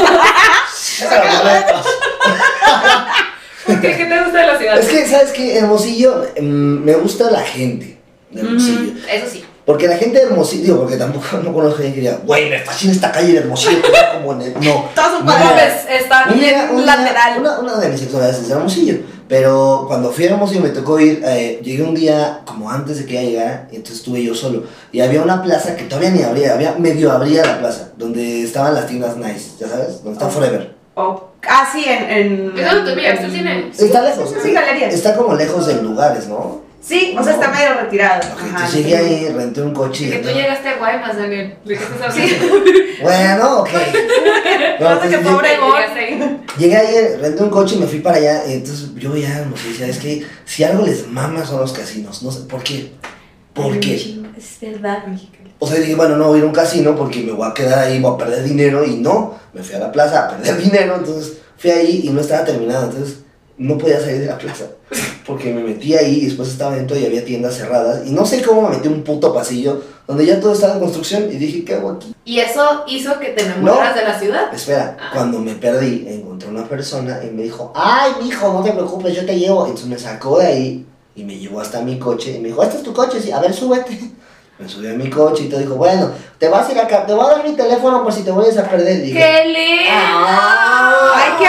¿Por qué? ¿Qué te gusta de la ciudad? Es que, ¿sabes qué? Hermosillo, mm, me gusta la gente de Hermosillo. Eso sí. Porque la gente de Hermosillo, digo, porque tampoco no conozco a alguien que diga, güey, me fascina esta calle de Hermosillo, que va como en el-". No. Todos son No. cuadrados. está Un día- un bien día- lateral. Una, una de mis sexualidades es Hermosillo. Pero cuando fui a Hermosillo me tocó ir, eh, llegué un día como antes de que ella llegara, y entonces estuve yo solo. Y había una plaza que todavía ni abría, había medio abría la plaza, donde estaban las tiendas nice, ya sabes, donde está Ah. Forever. O- ah, sí, en. en ¿Es donde tú miras el cine? Está lejos, sí, galerías. está como lejos de lugares, ¿no? Sí, o sea, está medio retirado. Ok, Ajá, entonces llegué ahí, renté un coche. y Que tú andaba- llegaste a Guaymas, Daniel. ¿De qué estás hablando? Bueno, ok. No, Pues, Pasa que entonces pobre Llegaste amor. ahí. Llegué ayer, renté un coche y me fui para allá. y Entonces yo veía a decía, es que si algo les mama son los casinos. No sé, ¿por qué? ¿Por qué? Es Ah, verdad, O sea, dije, bueno, no voy a ir a un casino porque me voy a quedar ahí, voy a perder dinero. Y no, me fui a la plaza a perder dinero. Entonces fui ahí y no estaba terminado. Entonces no podía salir de la plaza. Porque me metí ahí y después estaba dentro y había tiendas cerradas. Y no sé cómo me metí a un puto pasillo donde ya todo estaba en construcción. Y dije, ¿qué hago aquí? Y eso hizo que te enamoraras de la ciudad. Espera, Ah. cuando me perdí, encontré una persona y me dijo, ay, mijo, no te preocupes, yo te llevo. Entonces me sacó de ahí y me llevó hasta mi coche y me dijo, este es tu coche, sí, a ver, súbete. Me subí a mi coche y te dijo, bueno, te vas a ir acá, te voy a dar mi teléfono por si te vuelves a perder. Y dije, ¡Qué lindo! "Ah". Ay,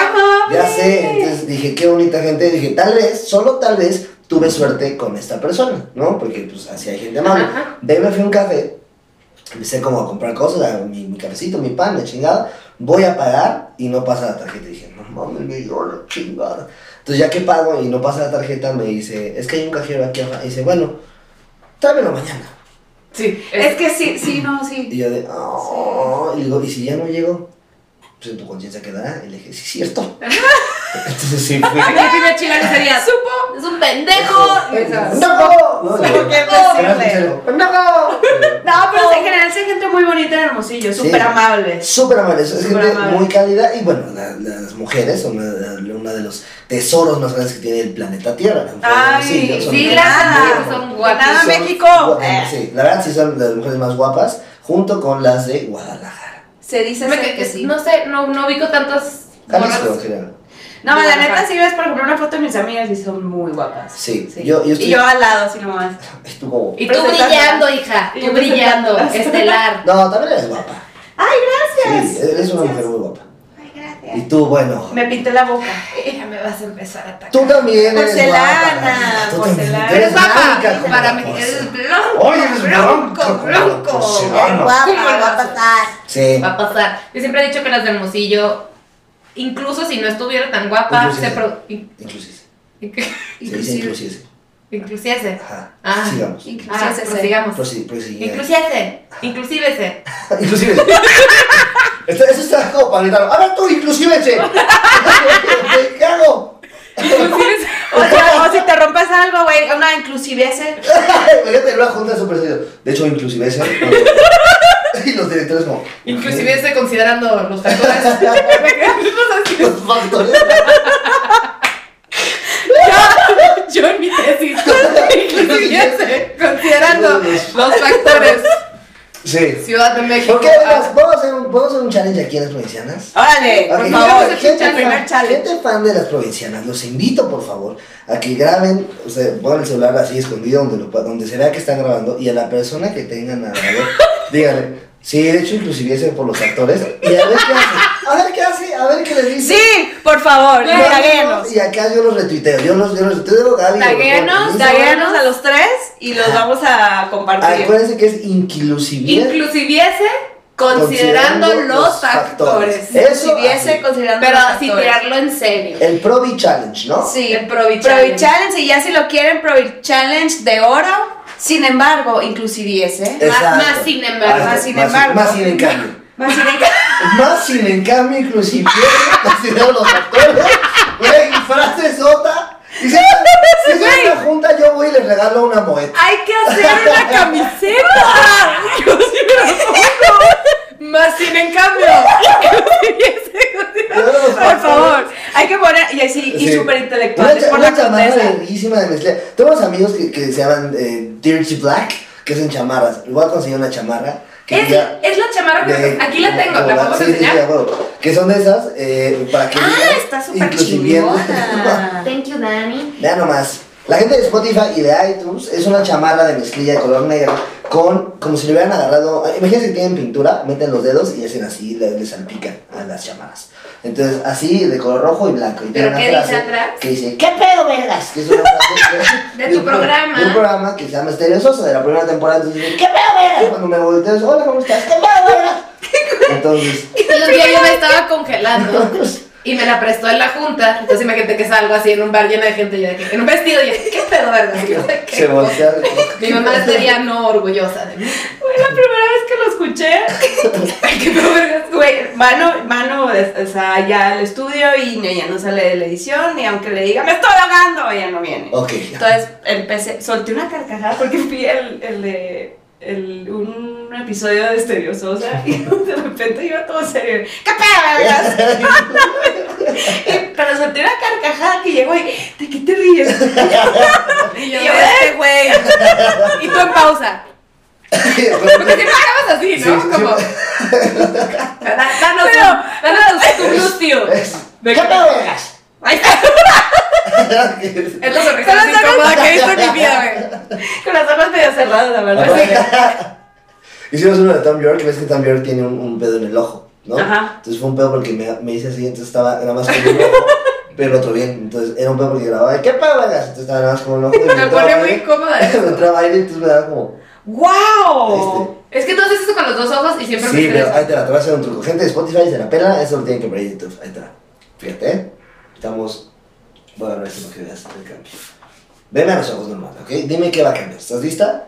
sé, entonces dije, qué bonita gente, dije, tal vez, solo tal vez, tuve suerte con esta persona, ¿no? Porque pues así hay gente amable. Ajá. De ahí me fui a un café, empecé como a comprar cosas, a mi, mi cafecito, mi pan, la chingada, voy a pagar y no pasa la tarjeta, dije, no mames, me dio la chingada. Entonces ya que pago y no pasa la tarjeta, me dice, es que hay un cajero aquí afuera, y dice, bueno, tráemelo mañana. Sí. Es que sí, sí, no, Y sí. yo de, "Ah", y digo, ¿y si ya no llego? Pues en tu conciencia quedará. Y le dije, sí, es cierto. Entonces sí fui. Aquí el primer chileno sería. Supo. Es un pendejo. Esas. ¡No! No, Supo no. que Era un decirle. sincero, ¡No! No, pero en general sí hay gente muy bonita en Hermosillo, Sí. súper amable. Súper amables, es Súper gente amables. muy cálida y bueno, la- las mujeres son una, una de los tesoros más grandes que tiene el planeta Tierra. Son Ay, hermosillas, son Sí, muy las Nada. mujeres guapas. son Nada, guapas. Son México. guapas, Eh. Sí, la verdad sí son las mujeres más guapas junto con las de Guadalajara. Se dice Me- ser que sí. No sé, no, no ubico tantas. Jalisco en morras. general. No, la Guadalajara. neta, si ves, por ejemplo, una foto de mis amigas y son muy guapas. Sí, yo- yo estoy- Y yo al lado, así nomás. Es tu como... Y tú Presentándolas. brillando, hija. Y Tú yo brillando. presentándolas. Estelar. No, también eres guapa. ¡Ay, Sí, gracias! eres una mujer muy guapa. Ay, Y gracias. tú, bueno. Me pinté la boca. Ya me vas a empezar a atacar. Tú también eres Porcelana, guapa. Tú también porcelana. eres Eres guapa. blanca como Para la mí eres porcelana. blanco. Oye, eres blanca Blanco, como la blanco. porcelana. Ay, ¿Cómo lo guapa, va a haces? pasar. Sí. Ah, Va a pasar. Yo siempre he dicho que las de Hermosillo, incluso si no estuviera tan guapa, Inclusive. se pro... in- Inclusive. in- Se dice inclusive. inclusive. Inclusiese. Ajá. Ah. Sigamos. Pues Ah, Inclusive. prosigamos. Prosi- prosigue. Inclusiese. Inclusívese. Inclusive. Esto- Eso está como para gritarlo. Ahora tú, inclusive. che. Me cago. O sea, o si te rompes algo, güey, una inclusive ese. Imagínate en una junta súper serio. De hecho, inclusive. Y los directores como... Inclusívese considerando los factores. Los factores. Yo en mi tesis. Inclusivíese considerando Los- los factores. Sí. Ciudad de México. ¿Por qué? ah. Vamos vamos a hacer un- vamos a hacer un challenge aquí en las provincianas. Órale, Ok, por vamos a favor, hacer gente, challenge. primer challenge. Gente fan de las provincianas, los invito por favor a que graben, o sea, pongan el celular así escondido donde, lo, pa- donde se vea que están grabando y a la persona que tengan al lado, díganle, sí, de hecho inclusive ese por los actores, y a ver qué hace, a ver qué hace, a ver qué les dice. Sí, por favor, Y acá- taguéanos. Y acá yo los retuiteo, yo los, yo los retuiteo, Gaby. Taguéanos, los- Taguéanos a los tres y los vamos a compartir. Acuérdense que es inclusive. Inclusiviese considerando los factores. pues, Eso, Inclusiviese, así. considerando Pero los así factores. tirarlo en serio. el Provi Challenge, ¿no? Sí, El Provi Provi Challenge. Challenge, y ya si lo quieren, Provi Challenge de oro. Sin embargo, inclusive ese. Eh. Más- más sin embargo. Ah, este, Más sin embargo. Más sin en cambio. Más sin embargo. Más sin en cambio, inclusive, considero los actores. Güey, frase sota. Y si hay si hay una junta, yo voy y les regalo una moeta. Hay que hacer una camiseta. Yo sí me lo pongo. Más sin en cambio. Por favor, hay que poner. Y así, y súper intelectuales por la Una chamarra contesta. verguísima de Nestlé. Tengo unos amigos que, que se llaman eh, Dirty Black, que hacen chamarras. Voy a conseguir una chamarra. Que Es, diga- es la chamarra que de- aquí la tengo, la como podemos sí, sí, sí, enseñar. a huevo. que son de esas, eh, para que. Ah, digan, está súper inclusiviendo. chingona. Thank you, Dani. Vean nomás. La gente de Spotify y de iTunes es una chamarra de mezclilla de color negro con, como si le hubieran agarrado, imagínense que tienen pintura, meten los dedos y hacen así, le, le salpican a las chamarras. Entonces, así, de color rojo y blanco. Y tiene ¿Pero una qué frase dice atrás? que dice, ¿qué pedo, vergas? Que es una frase que- De tu un- programa. De un programa que se llama Stereo Sosa, de la primera temporada. Entonces, dicen, ¿qué pedo, vergas? Cuando me volteo, dice, hola, ¿cómo estás? ¿Qué pedo, vergas? Entonces, Y un día yo me estaba congelando y me la prestó en la junta. Entonces imagínate que salgo así en un bar lleno de gente, yo de que- en un vestido y yo, ¿qué pedo, verdad? ¿Qué- qué- se voltea. Mi mamá estaría no orgullosa de mí. Fue la primera vez que lo escuché. Ay, qué pedo, vergas. Güey, mano, mano, es- o sea, ya al estudio y ella no sale de la edición. Y aunque le diga, me estoy ahogando, ella no viene. Ok. Entonces empecé, solté una carcajada porque vi el, el de el- un episodio de Stereo Sosa y de repente iba todo serio. ¡Qué pedo, vergas?" Y- Pero solté una carcajada que llegó y, ¿de qué te ríes? Y Y yo, yo, este güey. y tú en pausa. Porque siempre acabas así, ¿no? Sí, sí. Como. Da- Danos, un- Pero- danos tu glúteo. ¿Qué pedo, vergas? Ahí está, Es la Son sonrisa las más ganas- incómoda que he visto en mi vida, güey. con las armas medio cerradas, la verdad. Aparte- Hicimos uno de Tom York, y ves que Tom York tiene un, un pedo en el ojo, ¿no? Ajá. Entonces fue un pedo porque me, me hice así, entonces estaba nada más con un ojo. Pero el otro bien, entonces era un pedo porque grababa, ¿qué pedo, vergas? Entonces estaba nada más como loco. Me pone muy eh. incómoda. eso. Me entraba aire, entonces me daba como. ¡Wow! Es que tú haces eso con los dos ojos y siempre me Este. Sí, pero interesa. ahí te la, te voy a hacer un truco. Gente de Spotify se la pela, eso lo tienen que ver en YouTube. Ahí te la. Fíjate, ¿eh? Estamos. Voy a ver esto para que veas el cambio. Veme a los ojos normal, ¿ok? Dime qué va a cambiar. ¿Estás lista?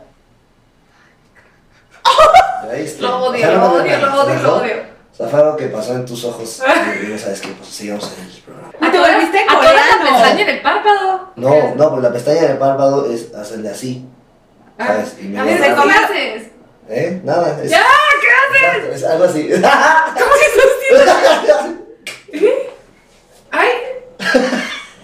¿Ya viste? Lo O odio, sea, no lo me odio, regañes, lo odio, lo ¿no? odio. Zafaro, que pasó en tus ojos? Y no sabes qué pasó. Sigamos en el programa. Te Atoras- volviste atoras la coreano. pestaña en el párpado. No, no, pues la pestaña del párpado es hacerle así. Ah, ¿Sabes? Y me A ver, se ¿qué come- haces? ¿Eh? Nada. Es, ¡Ya! Exacto, es algo así. ¿Cómo que eso ¡Ay!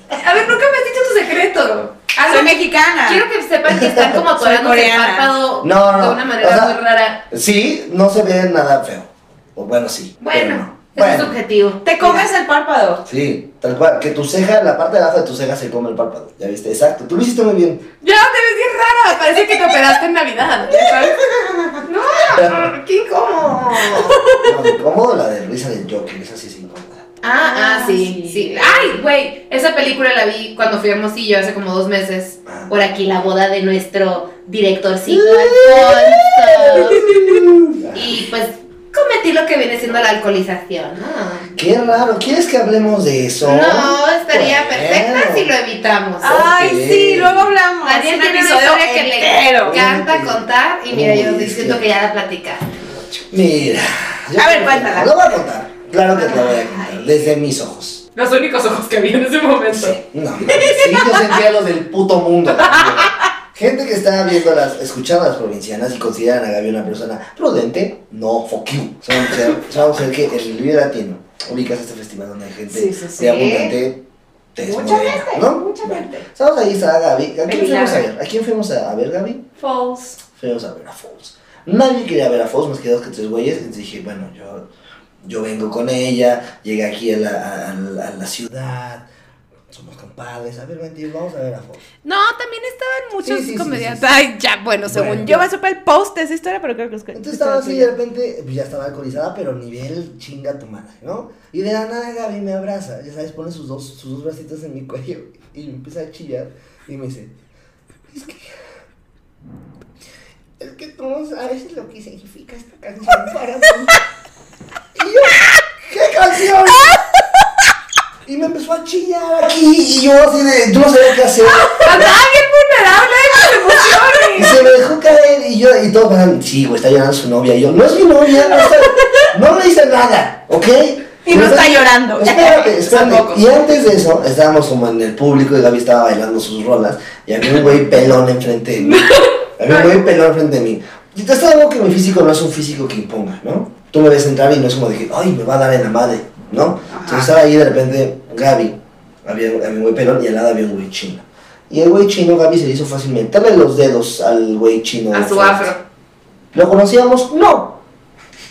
A ver, nunca me has dicho tu secreto. Algo Soy mexicana. Quiero que sepan que están como Ah. Soy atorando el coreana. párpado No, no, de no. una manera O sea, muy rara. Sí, no se ve nada feo. O bueno, sí. pero Bueno, no. eso es Bueno, subjetivo. Te comes el párpado. Sí, tal cual. Que tu ceja, la parte de abajo de tu ceja se come el párpado. Ya viste, exacto. Tú lo hiciste muy bien. Ya, te ves bien rara. Parece que te operaste en Navidad. ¿ya sabes? No, qué incómodo. No, incómodo la de Luisa del Joker, esa sí se incómoda. Ah, ah, sí, Ah, sí. sí. Ay, güey, esa película la vi cuando fui a Hermosillo hace como dos meses. Ah. Por aquí la boda de nuestro directorcito Alfonso. Y pues cometí lo que viene siendo la alcoholización, ¿no? Qué raro, ¿quieres que hablemos de eso? No, estaría Bueno. perfecta si lo evitamos. Ah, Ay, Ok. sí, luego hablamos. Daniel Un tiene una episodio historia que le entero. encanta Uy, contar y mira, uy, yo es diciendo que- que ya la platica. Mira. yo A ver, creo que cuéntala. Lo voy a contar. Claro que te lo voy a contar. Desde mis ojos. Los únicos ojos que vi en ese momento. No, mames, sí, yo sentía lo del puto mundo. Gente que está viendo las, escuchando a las provincianas y consideran a Gaby una persona prudente, no, fuck you. Es una mujer, es una mujer que el líder latino ubicas este festival donde hay gente Sí, sí, sí. de abundante, te es Mucha morena, gente, ¿no? mucha Bueno, gente. Estamos ahí, está Gaby. ¿A quién Pelirroja. fuimos a ver? ¿A quién fuimos a, a ver, Gaby? False. fuimos a ver a Fox. Nadie quería ver a Fox más que dos que tres güeyes. Entonces dije, bueno, yo, yo vengo con ella, llegué aquí a la, a- a la- a la ciudad, somos compadres, a ver, vente, vamos a ver a Fox. No, también estaban muchos Sí, sí, sí, comediantes. sí, Ay, ya, bueno, según Bueno. yo. Yo me supe el post de esa historia, pero creo que es que. Entonces estaba así y de repente pues, ya estaba alcoholizada, pero nivel chinga tu madre, ¿no? Y de la nada Gaby me abraza, ya sabes, pone sus dos, sus dos bracitos en mi cuello y me empieza a chillar y me dice, es que... Es que tú no sabes lo que significa esta canción para mí. Y yo, ¿qué canción? Y me empezó a chillar aquí y yo así de, yo no sabía qué hacer. Andaba bien vulnerable con sus Y emociones. se me dejó caer y yo, y todos van, sí, güey, está llorando su novia. Y yo, no es mi novia, no, está- no le hice nada, ¿ok? Y no Entonces, está llorando. Espérate, espérate. Tampoco. Y antes de eso, estábamos como en el público y Gaby estaba bailando sus rolas. Y había un güey pelón enfrente de mí. Había un güey pelón enfrente de mí. Y te está algo que mi físico no es un físico que imponga, ¿no? Tú me ves entrar y no es como de que, ay, me va a dar en la madre, ¿no? Entonces estaba ahí de repente Gaby, había, había un güey pelón y al lado había un güey chino. Y el güey chino, Gaby, se le hizo fácil meterle los dedos al güey chino. de A su frente. afro. ¿Lo conocíamos? No.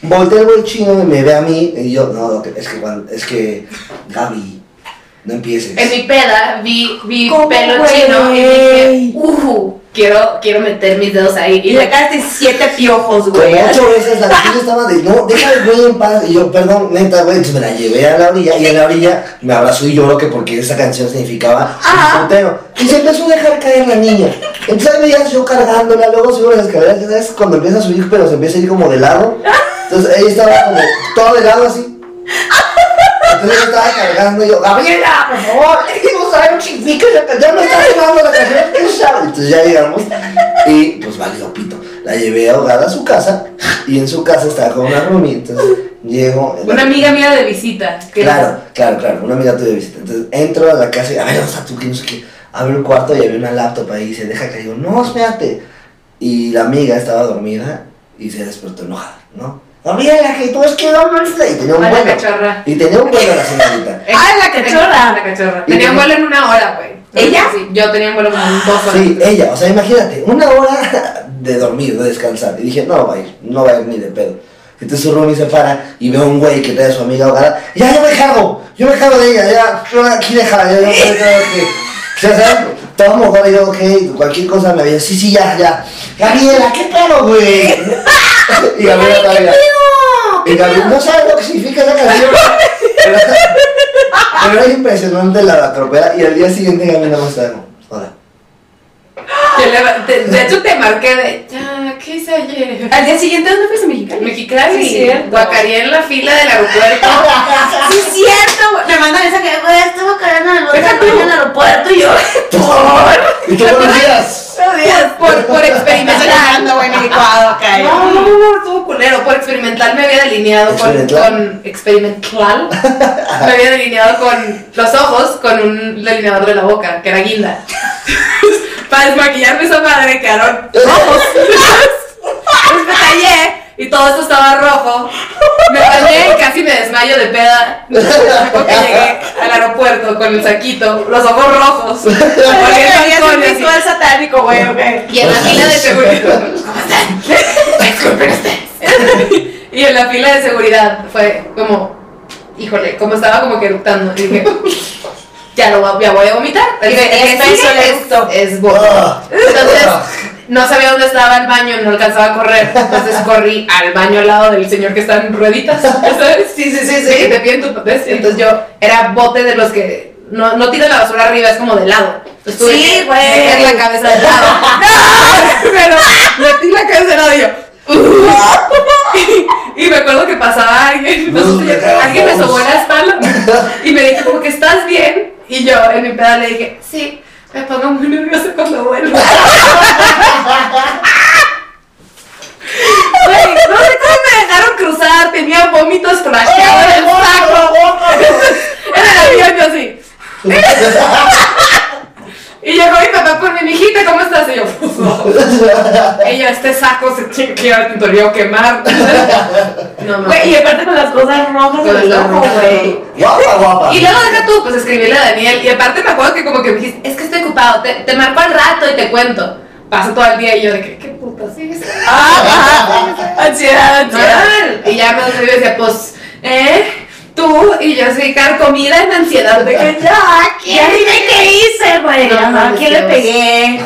Voltea el güey chino y me ve a mí y yo, no, no, es que Juan, es que Gaby, no empieces. En mi peda vi, vi ¿Cómo, pelo güey? chino y dije, uh, quiero, quiero meter mis dedos ahí. Y Y la sacaste siete piojos, Como güey. ocho veces la chica estaba de, no, deja el güey en paz. Y yo, perdón, neta, güey, entonces me la llevé a la orilla y en la orilla me abrazó y lloró que porque esa canción significaba un putero. Y se empezó a dejar caer la niña. Entonces ahí veías yo cargándola, luego subo las escaleras, ya sabes, cuando empieza a subir, pero se empieza a ir como de lado. Entonces ella estaba como todo de lado así. Entonces yo estaba cargando y yo, Gabriela, por favor, no sabe un significa esa canción, ya no está llevando la canción, ¿qué sabe? Entonces ya llegamos y pues valió pito. La llevé ahogada a su casa y en su casa estaba con una roomie, entonces llego... eh, una amiga mía de visita. que- Claro, claro, claro, una amiga tuya de visita. Entonces entro a la casa y, a ver, o sea, tú que no sé qué, abro el cuarto y había una laptop ahí y se deja caer, digo, no, espérate. Y la amiga estaba dormida y se despertó enojada, ¿no? Gabriela, que tú es que no, no, y tenía un A la vuelo. cachorra. Y tenía un vuelo la señorita. Ah, la eh, Tenía- cachorra. La cachorra. Y Tenía un tenía- vuelo en una hora, güey. ¿Ella? Sí, yo tenía un vuelo como en dos horas. Sí, ella, o sea, imagínate, una hora de dormir, de descansar. Y dije, no va a ir, no va a ir ni de pedo. Entonces su roomie se para y ve a un güey que trae a su amiga ahogada. Ya, yo me cargo, yo me cargo de ella, ya, yo aquí déjala, ya, yo me cargo que. O sea, ¿sabes? Todo mojado, yo, ok, cualquier cosa me había, sí, sí, ya, ya. Gabriela, ¿qué pedo, güey? y Gabriela todavía. Y Gabriela, no sabes lo que significa esa canción. Pero está- Pero era impresionante la latropera y al día siguiente ya me mostraron. Hola. Yo le- de, de hecho, te marqué de, ya, ¿qué hice ayer? Al día siguiente, ¿dónde fuiste a Mexicali? Mexicali, Sí, cierto. guacaría en la fila del aeropuerto. Sí, es cierto, güey. Me mandan esa que, güey, estaba cayendo en el Deja tú. bote en el aeropuerto y yo. ¿Y tú buenos días? por, por, por experimentar. Ando, güey, ah, mi licuado acá. y- No, no, no, estuvo culero. Por experimental me había delineado con, Experimental. con- experimental. Me había delineado con los ojos con un delineador de la boca, que era guinda. Para desmaquillarme esa madre quedaron rojos. Entonces me tallé y todo esto estaba rojo. Me bañé y casi me desmayo de peda. Luego que llegué al aeropuerto con el saquito, los ojos rojos. Porque el Porque es un balcón así. ritual satánico, güey, ok. Y en la fila de seguridad. ¿Cómo están? Disculpen ustedes. Y en la fila de seguridad fue como, híjole, como estaba como que eructando. Y dije, ya, lo, va- ya voy a vomitar. El, que- el que Está sigue hizo el es- eructo. es, vos. Entonces, no sabía dónde estaba el baño, no alcanzaba a correr. Entonces corrí al baño al lado del señor que está en rueditas, ¿ya ¿sabes? Sí, sí, sí, sí. Que te piden tu papel. Entonces yo era bote de los que no, no tiran la basura arriba, es como de lado. Entonces tuve Sí, que güey. meter la cabeza de lado. ¡No! Pero metí la cabeza de lado y yo. Y me acuerdo que pasaba alguien, No, entonces me cago en alguien me vos. sobó la espalda y me dijo como que estás bien y yo en mi peda le dije, sí, me pongo muy nerviosa cuando vuelvo. Güey, no sé cómo me dejaron cruzar, tenía vómitos flasheados en el saco. En el avión yo así. Y llegó mi papá por mi mijita, ¿cómo estás? Y yo, "Pues, ella, este saco se chequea, te volvió a quemar. No, no. Güey, y aparte con las cosas rojas Con en el las ojo, rojas. güey. Guapa, guapa. Y luego deja tú, pues escribirle a Daniel. Y aparte me acuerdo que como que me dijiste, es que estoy ocupado, te, te marco al rato y te cuento. Pasa todo el día y yo de que, qué puta, sigues. Ah, ah, ansiedad, ansiedad. Normal. Y ya me dormí y decía, pues, ¿eh? Tú y yo así, carcomida en ansiedad. De que ya, Y a ¿quién? mí me qué hice, güey. No, Ajá, no, ¿Quién le deseos. pegué?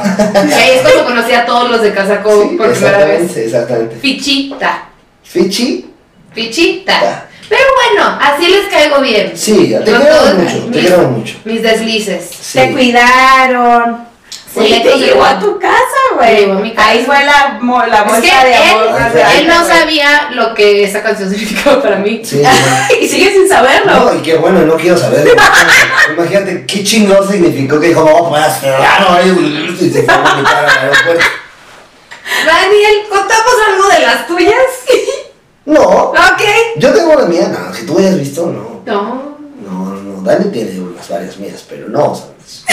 Y ahí es cuando conocí a todos los de Casaco Sí, por primera vez. Exactamente, exactamente. Fichita, Fichi, fichita. ta. Pero bueno, así les caigo bien. sí, te No, queremos todos mucho, te mis- queremos mucho. Mis deslices. Sí. Te cuidaron. Sí, Oye, te te llevó llevó. a tu casa, Me güey. llevó a mi casa. Ahí fue la, mo- la Es bolsa que de amor. él, más él grande, él no güey. sabía lo que esa canción significaba para mí. Sí, no. Y sigue sin saberlo. No, y qué bueno, no quiero saber. Imagínate qué chingón significó que dijo, vamos a poner a Serrano ahí, y se fue a vomitar al aeropuerto. Daniel, ¿contamos algo de las tuyas? No, ok. yo tengo una mía, no, que tú hayas visto, no. No, No, no, no, Dani tiene unas varias mías, pero no, ¿sabes?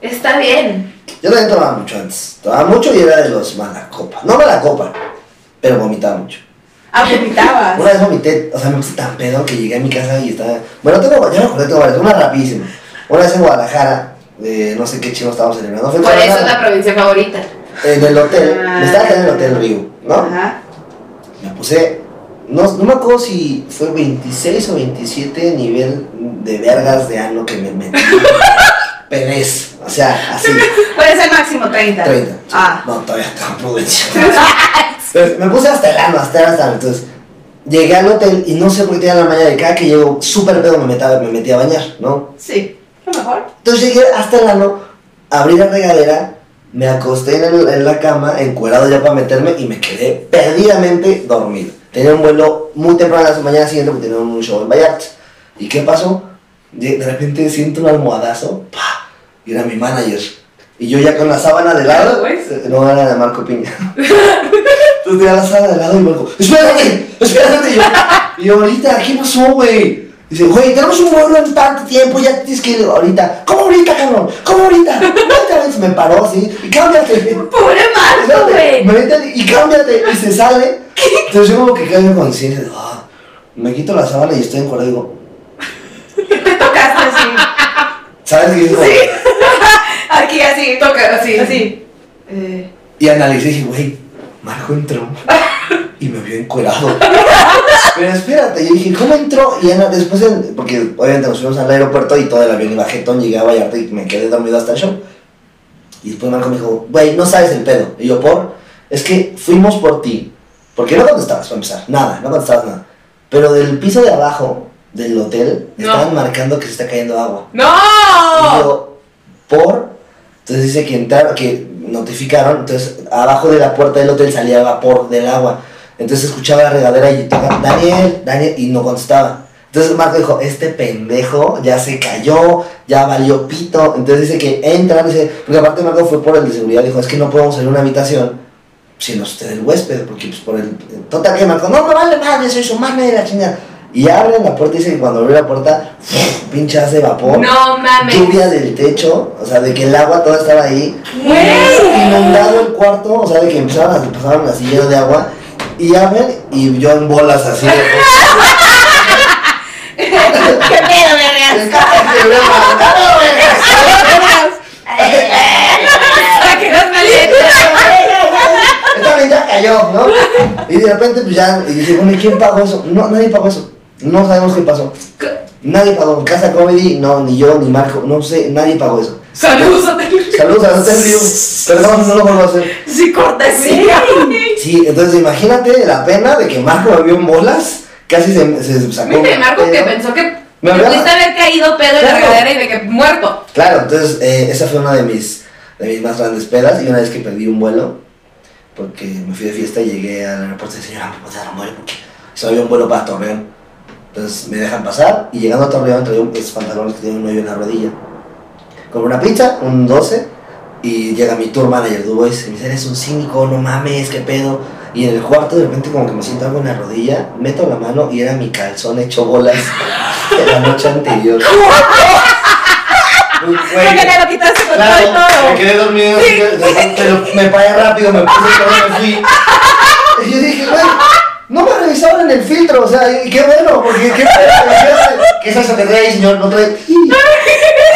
está bien. Yo también tomaba mucho antes, tomaba mucho y era de los mala copa. No mala copa, pero vomitaba mucho. Ah, vomitabas. Una vez vomité, o sea, me puse tan pedo que llegué a mi casa y estaba. Bueno, tengo, yo me acordé, tengo varias, una rapidísima. Una vez en Guadalajara, eh, no sé qué chino estábamos celebrando. fue en Por eso es la Guadalajara. provincia favorita. En el hotel, Ah. me estaba quedando en el hotel Río, ¿no? Ajá. Me puse, no, no me acuerdo si fue 26 o 27 nivel de vergas de ano que me metí. Pérez, o sea, así, Puede ser máximo 30. 30. Ah. No, todavía tampoco Pero me puse hasta el ano, hasta el hasta el- Entonces, llegué al hotel y no sé por qué tenía la mañana de cada que llego súper pedo me metí, me metí a bañar, ¿no? Sí. Lo mejor. Entonces llegué hasta el ano, abrí la regadera, me acosté en, el- en la cama, encuerado ya para meterme y me quedé perdidamente dormido. Tenía un vuelo muy temprano a la mañana siguiente porque tenía un show en Vallarta. ¿Y qué pasó? De de repente siento un almohadazo, ¡pa! Y era mi manager. Y yo ya con la sábana de lado. eh, Pues. No era de Marco Piña. Entonces tenía la sábana de lado y Marco, ¡espérate! ¡espérate! Y yo, y yo, ahorita, ¿qué pasó, güey? Dice, güey, tenemos un vuelo en tanto tiempo, ya tienes que ir ahorita. ¿Cómo ahorita, cabrón? ¿Cómo ahorita? Otra vez me paró así, y cámbiate. Pobre Marco, güey. Me meten y cámbiate y se sale. Entonces yo como que caigo en conciencia de, ah, me quito la sábana y estoy en cuerda y digo, Te tocaste así. ¿sabes qué? Digo, Aquí así. Toca así. Así. Eh. Y analicé y dije, güey, Marco entró y me vio encuerado. Pero espérate, yo dije, ¿cómo entró? Y ana- después, en- porque obviamente nos fuimos al aeropuerto y todo el avión iba jetón, llegué a Vallarta y me quedé dormido hasta el show. Y después Marco me dijo, güey, no sabes el pedo. Y yo, ¿por? Es que fuimos por ti. Porque no contestabas, para empezar. Nada, no contestabas nada. Pero del piso de abajo del hotel No. estaban marcando que se está cayendo agua. Y ¡No! yo, por. Entonces dice que entraron, que notificaron. Entonces abajo de la puerta del hotel salía vapor del agua. Entonces escuchaba la regadera y tocaba, Daniel, Daniel, y no contestaba. Entonces Marco dijo, este pendejo ya se cayó, ya valió pito. Entonces dice que entran, dice, porque aparte Marco fue por el de seguridad, dijo, es que no podemos salir a una habitación si no usted el huésped, porque pues por el... Total que Marco, no, no vale madre, soy su madre de la chingada. Y abren la puerta y dice que cuando abrió la puerta, pinchas de vapor No mames. lluvia del techo, o sea, de que el agua toda estaba ahí, inundado el cuarto, o sea, de que empezaban a pasaban así lleno de agua, y a ver, y yo en bolas así de. ¿Qué pedo, verga? Para que no maletas. Esta vez ya cayó, ¿no? Y de repente, pues ya, y dije, bueno, ¿y quién pagó eso? No, nadie pagó eso. No sabemos qué pasó. Nadie pagó. Casa Comedy, no, ni yo, ni Marco, no sé, nadie pagó eso. Saludos a Televisión. Saludos a Hotel View. Perdón, no lo vuelvo a hacer. Sí, cortesía. Sí, entonces imagínate la pena de que Marco me vio en bolas, casi se, se sacó. Viste, un Marco que pedo. pensó que Me me hablaba. pudiste haber caído pedo en la Claro. regadera y de que muerto. Claro, entonces eh, esa fue una de mis, de mis más grandes pedas y una vez que perdí un vuelo, porque me fui de fiesta y llegué al aeropuerto y "Ah, dije, señora, me puedo dar un vuelo porque solo había un vuelo para Torreón. Entonces me dejan pasar y llegando a Torreón traía un- esos pantalones que tienen un hoyo en la rodilla. Compré una pizza, un 12, y llega mi tour manager, Dubois, y me dice, eres un cínico, no mames, qué pedo. Y en el cuarto de repente como que me siento algo en la rodilla, meto la mano y era mi calzón hecho bolas de la noche anterior. Güey, Porque te lo quitaste con todo y Claro, me todo. quedé dormido, así que- pero me paré rápido, me puse todo, me fui. Y yo dije, güey, no me revisaron en el filtro, o sea, y qué bueno, porque qué pena, ¿qué es eso que trae, señor? No trae.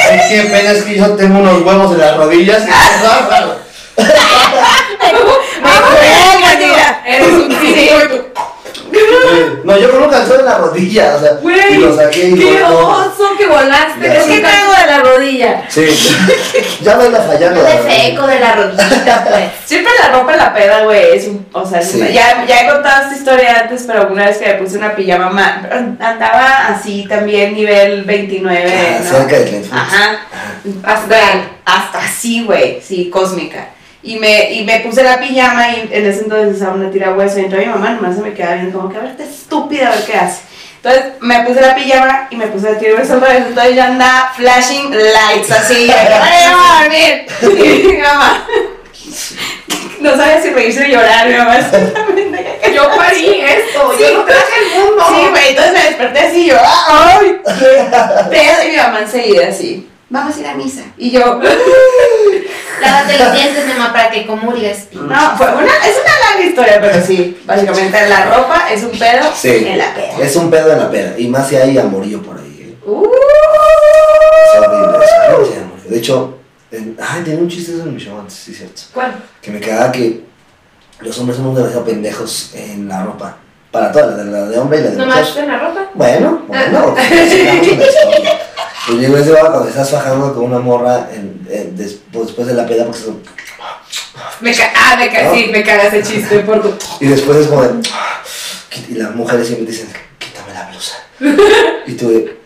Ay, qué pena, es que yo tengo unos huevos en las rodillas. y es bárbaro. Ay, güey, Eres un cínico. No, yo con un calzón en la rodilla, o sea, y lo saqué y qué bueno, no. oso que volaste. Ya Es sé. que traigo de la rodilla. Sí, ya me la fallando. la de verdad. feco de la rodillita, pues. Siempre la ropa en la peda, güey, es un, o sea, es Sí. una- ya, ya he contado esta historia antes, pero una vez que me puse una pijama, ma- andaba así también nivel 29, Ah, ¿no? Cerca del Netflix. Ajá. Hasta, hasta así, güey, sí, cósmica. Y me, y me puse la pijama y en ese entonces usaba una tira hueso y entonces mi mamá nomás se me quedaba viendo como que a ver, esta estúpida, a ver qué hace. Entonces me puse la pijama y me puse la tira hueso al revés, entonces yo andaba flashing lights así, ¡ay, a dormir! Y mi mamá, no sabía si reírse o llorar, mi mamá, exactamente. Yo parí esto. Sí. Yo no traje el mundo. Sí, güey, entonces me desperté así y yo, ¡ah! ¡ay! qué pedo! Y mi mamá enseguida así, vamos a ir a misa. Y yo, Lávate los dientes, mamá, para que comulgues. No, fue una, es una larga historia, pero sí. Básicamente la ropa es un pedo Sí. en la peda. Es un pedo en la pera. Y más si hay amorío por ahí. ¿eh? Uh, Es horrible. es horrible si hay amorío. De hecho, en- ay, tenía un chiste de eso en mi show antes, sí, cierto. ¿Cuál? Que me cagaba que los hombres somos demasiado pendejos en la ropa. Para todas, la de, la de hombre y la de ¿No mujer. más en la ropa? Bueno, bueno, sigamos con la historia. Pues llegó ese vato cuando estás fajando con una morra en- en- des- pues, después de la peda porque son- Me ca ah, me ca sí, me caga ese chiste por tu. Y después es como de. "Ah, "Quit-". Y las mujeres siempre dicen, quítame la blusa. Y tú de.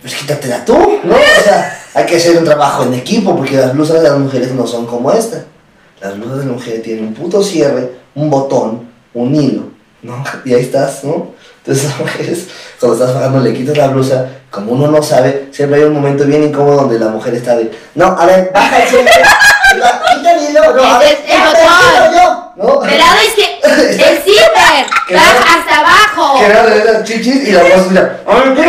Pues quítatela tú, ¿no? O sea, hay que hacer un trabajo en equipo porque las blusas de las mujeres no son como esta. Las blusas de la mujer tienen un puto cierre, un botón, un hilo, ¿no? Y ahí estás, ¿no? Entonces las mujeres, cuando estás bajando, le quitas la blusa, como uno no sabe, siempre hay un momento bien incómodo donde la mujer está de, no, a ver, baja el cierre, la- quita el hilo, no, a ver, Es el ya, botón. ya, yo, ¿no? Del lado izquierdo, el zipper, Que vas no- hasta abajo. Que era de esas chichis y la voz mira. "Ay, ¿qué?".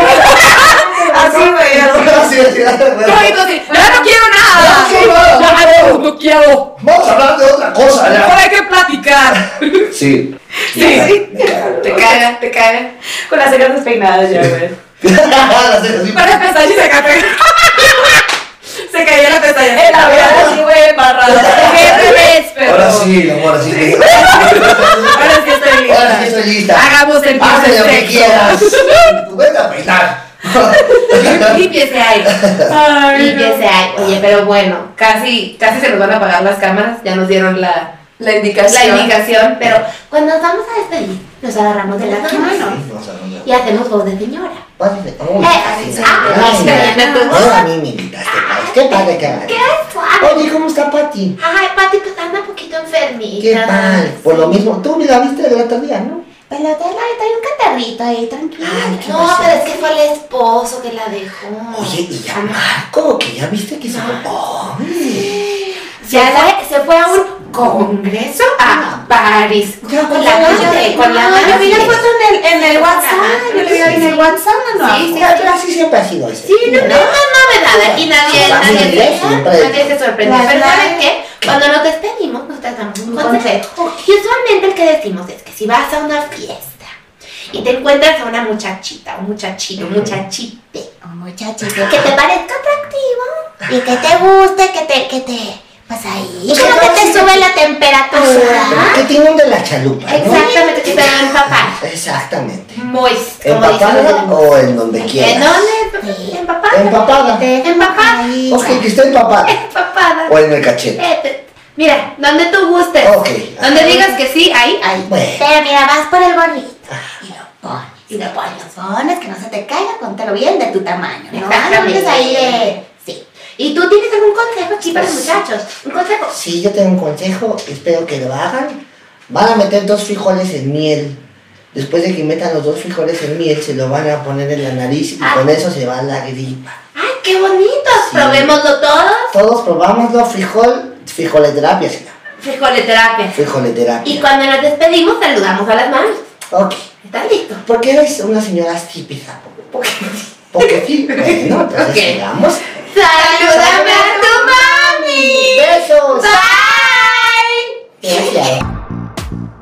así, güey. Así, así, bueno. Yo digo así, yo no quiero No quiero nada. nada. No, no quiero. Vamos a hablar de otra cosa Mejor ya. hay que platicar. Sí. Sí, Me sí. caga, me caga. Te caga, te caga. Con las cejas despeinadas ya, güey. Las cejas así. Para empezar, sí se cayó. Se cayó la pestaña. En la verdad, así, güey, embarrada. Qué revés, pero. Ahora sí, amor, así que. Ahora sí estoy Ahora sí lista. estoy lista. Hagamos el piso Hazle lo que sexo. quieras. Tú Vete a peinar. Límpiese ahí. Ay, no. Límpiese ahí. Oye, pero bueno. Casi, casi se nos van a apagar las cámaras. Ya nos dieron la, La la indicación. indicación, pero cuando nos vamos a despedir, nos agarramos de las manos Bueno. No sabemos. y hacemos voz de señora. Pásale. Uy, Eh, así sí, se- ah, gracias. sí, entonces- Ah, a mí me invitaste, Pati. Qué padre que hagas. Oye, ¿cómo está Pati? Ay, Pati, pues anda un poquito enfermita. Qué padre. Por lo mismo, tú me la viste del otro día, ¿no? Pelotela, ahí trae un catarrito ahí, tranquila. Ay, ¿qué no, pasó? pero es que fue el esposo que la dejó. Oye, y ya Marco, que ya viste que hizo. Ah, ¡Ay! ya la- se fue a un congreso a París. con la madre, con la No, madre. yo vi la foto en el, en el WhatsApp. Yo le vi en el WhatsApp, ¿no? Sí, sí, Ya, ya, así siempre ha sido ese. Sí, no, no, no, no, ¿verdad? Y nadie, Sí, nadie, sí, nadie, siempre. nadie se sorprende. Las Pero ¿saben labias. qué? Cuando nos despedimos, nos tratamos un Un consejo. Y usualmente el que decimos es que si vas a una fiesta y te encuentras a una muchachita, un muchachito, un muchachite, Muchachito, que te parezca atractivo y que te guste, que te, que te, pues ahí, y como que te sube la temperatura. Que tiene un de la chalupa, ¿no? Exactamente, que te va a empapar. Exactamente. Moist, como dicen los ¿Empapada gringos. o en donde ¿En quieras? dónde? ¿Empapada? Empapada. ¿Empapada? Ok, que esté empapada. ¿Empapada? O en el cachete. Eh, te- Mira, donde tú gustes. Ok. Donde digas que sí, ahí. ahí. Bueno. Pero mira, vas por el gorrito y lo pones, y lo pones, pones, que no se te caiga, póntelo bien de tu tamaño, ¿no? Ah, No Exactamente. andes ahí de... Sí. ¿Y tú tienes algún consejo aquí para los muchachos? ¿Un consejo? Sí, yo tengo un consejo, espero que lo hagan. Van a meter dos frijoles en miel. Después de que metan los dos frijoles en miel, se lo van a poner en la nariz y Ah. con eso se va la gripa. ¡Ay, qué bonito! Sí. Probémoslo todo. Todos probámoslo, frijol, frijoleterapia se llama. Frijoleterapia. Y Frijoleterapia. cuando nos despedimos, saludamos a las manos. Ok. ¿Estás listo? Porque eres una señora típica. Porque, porque sí. Bueno, entonces Ok. sigamos. ¡Salúdame a tu mami! Besos. ¡Bye! Gracias.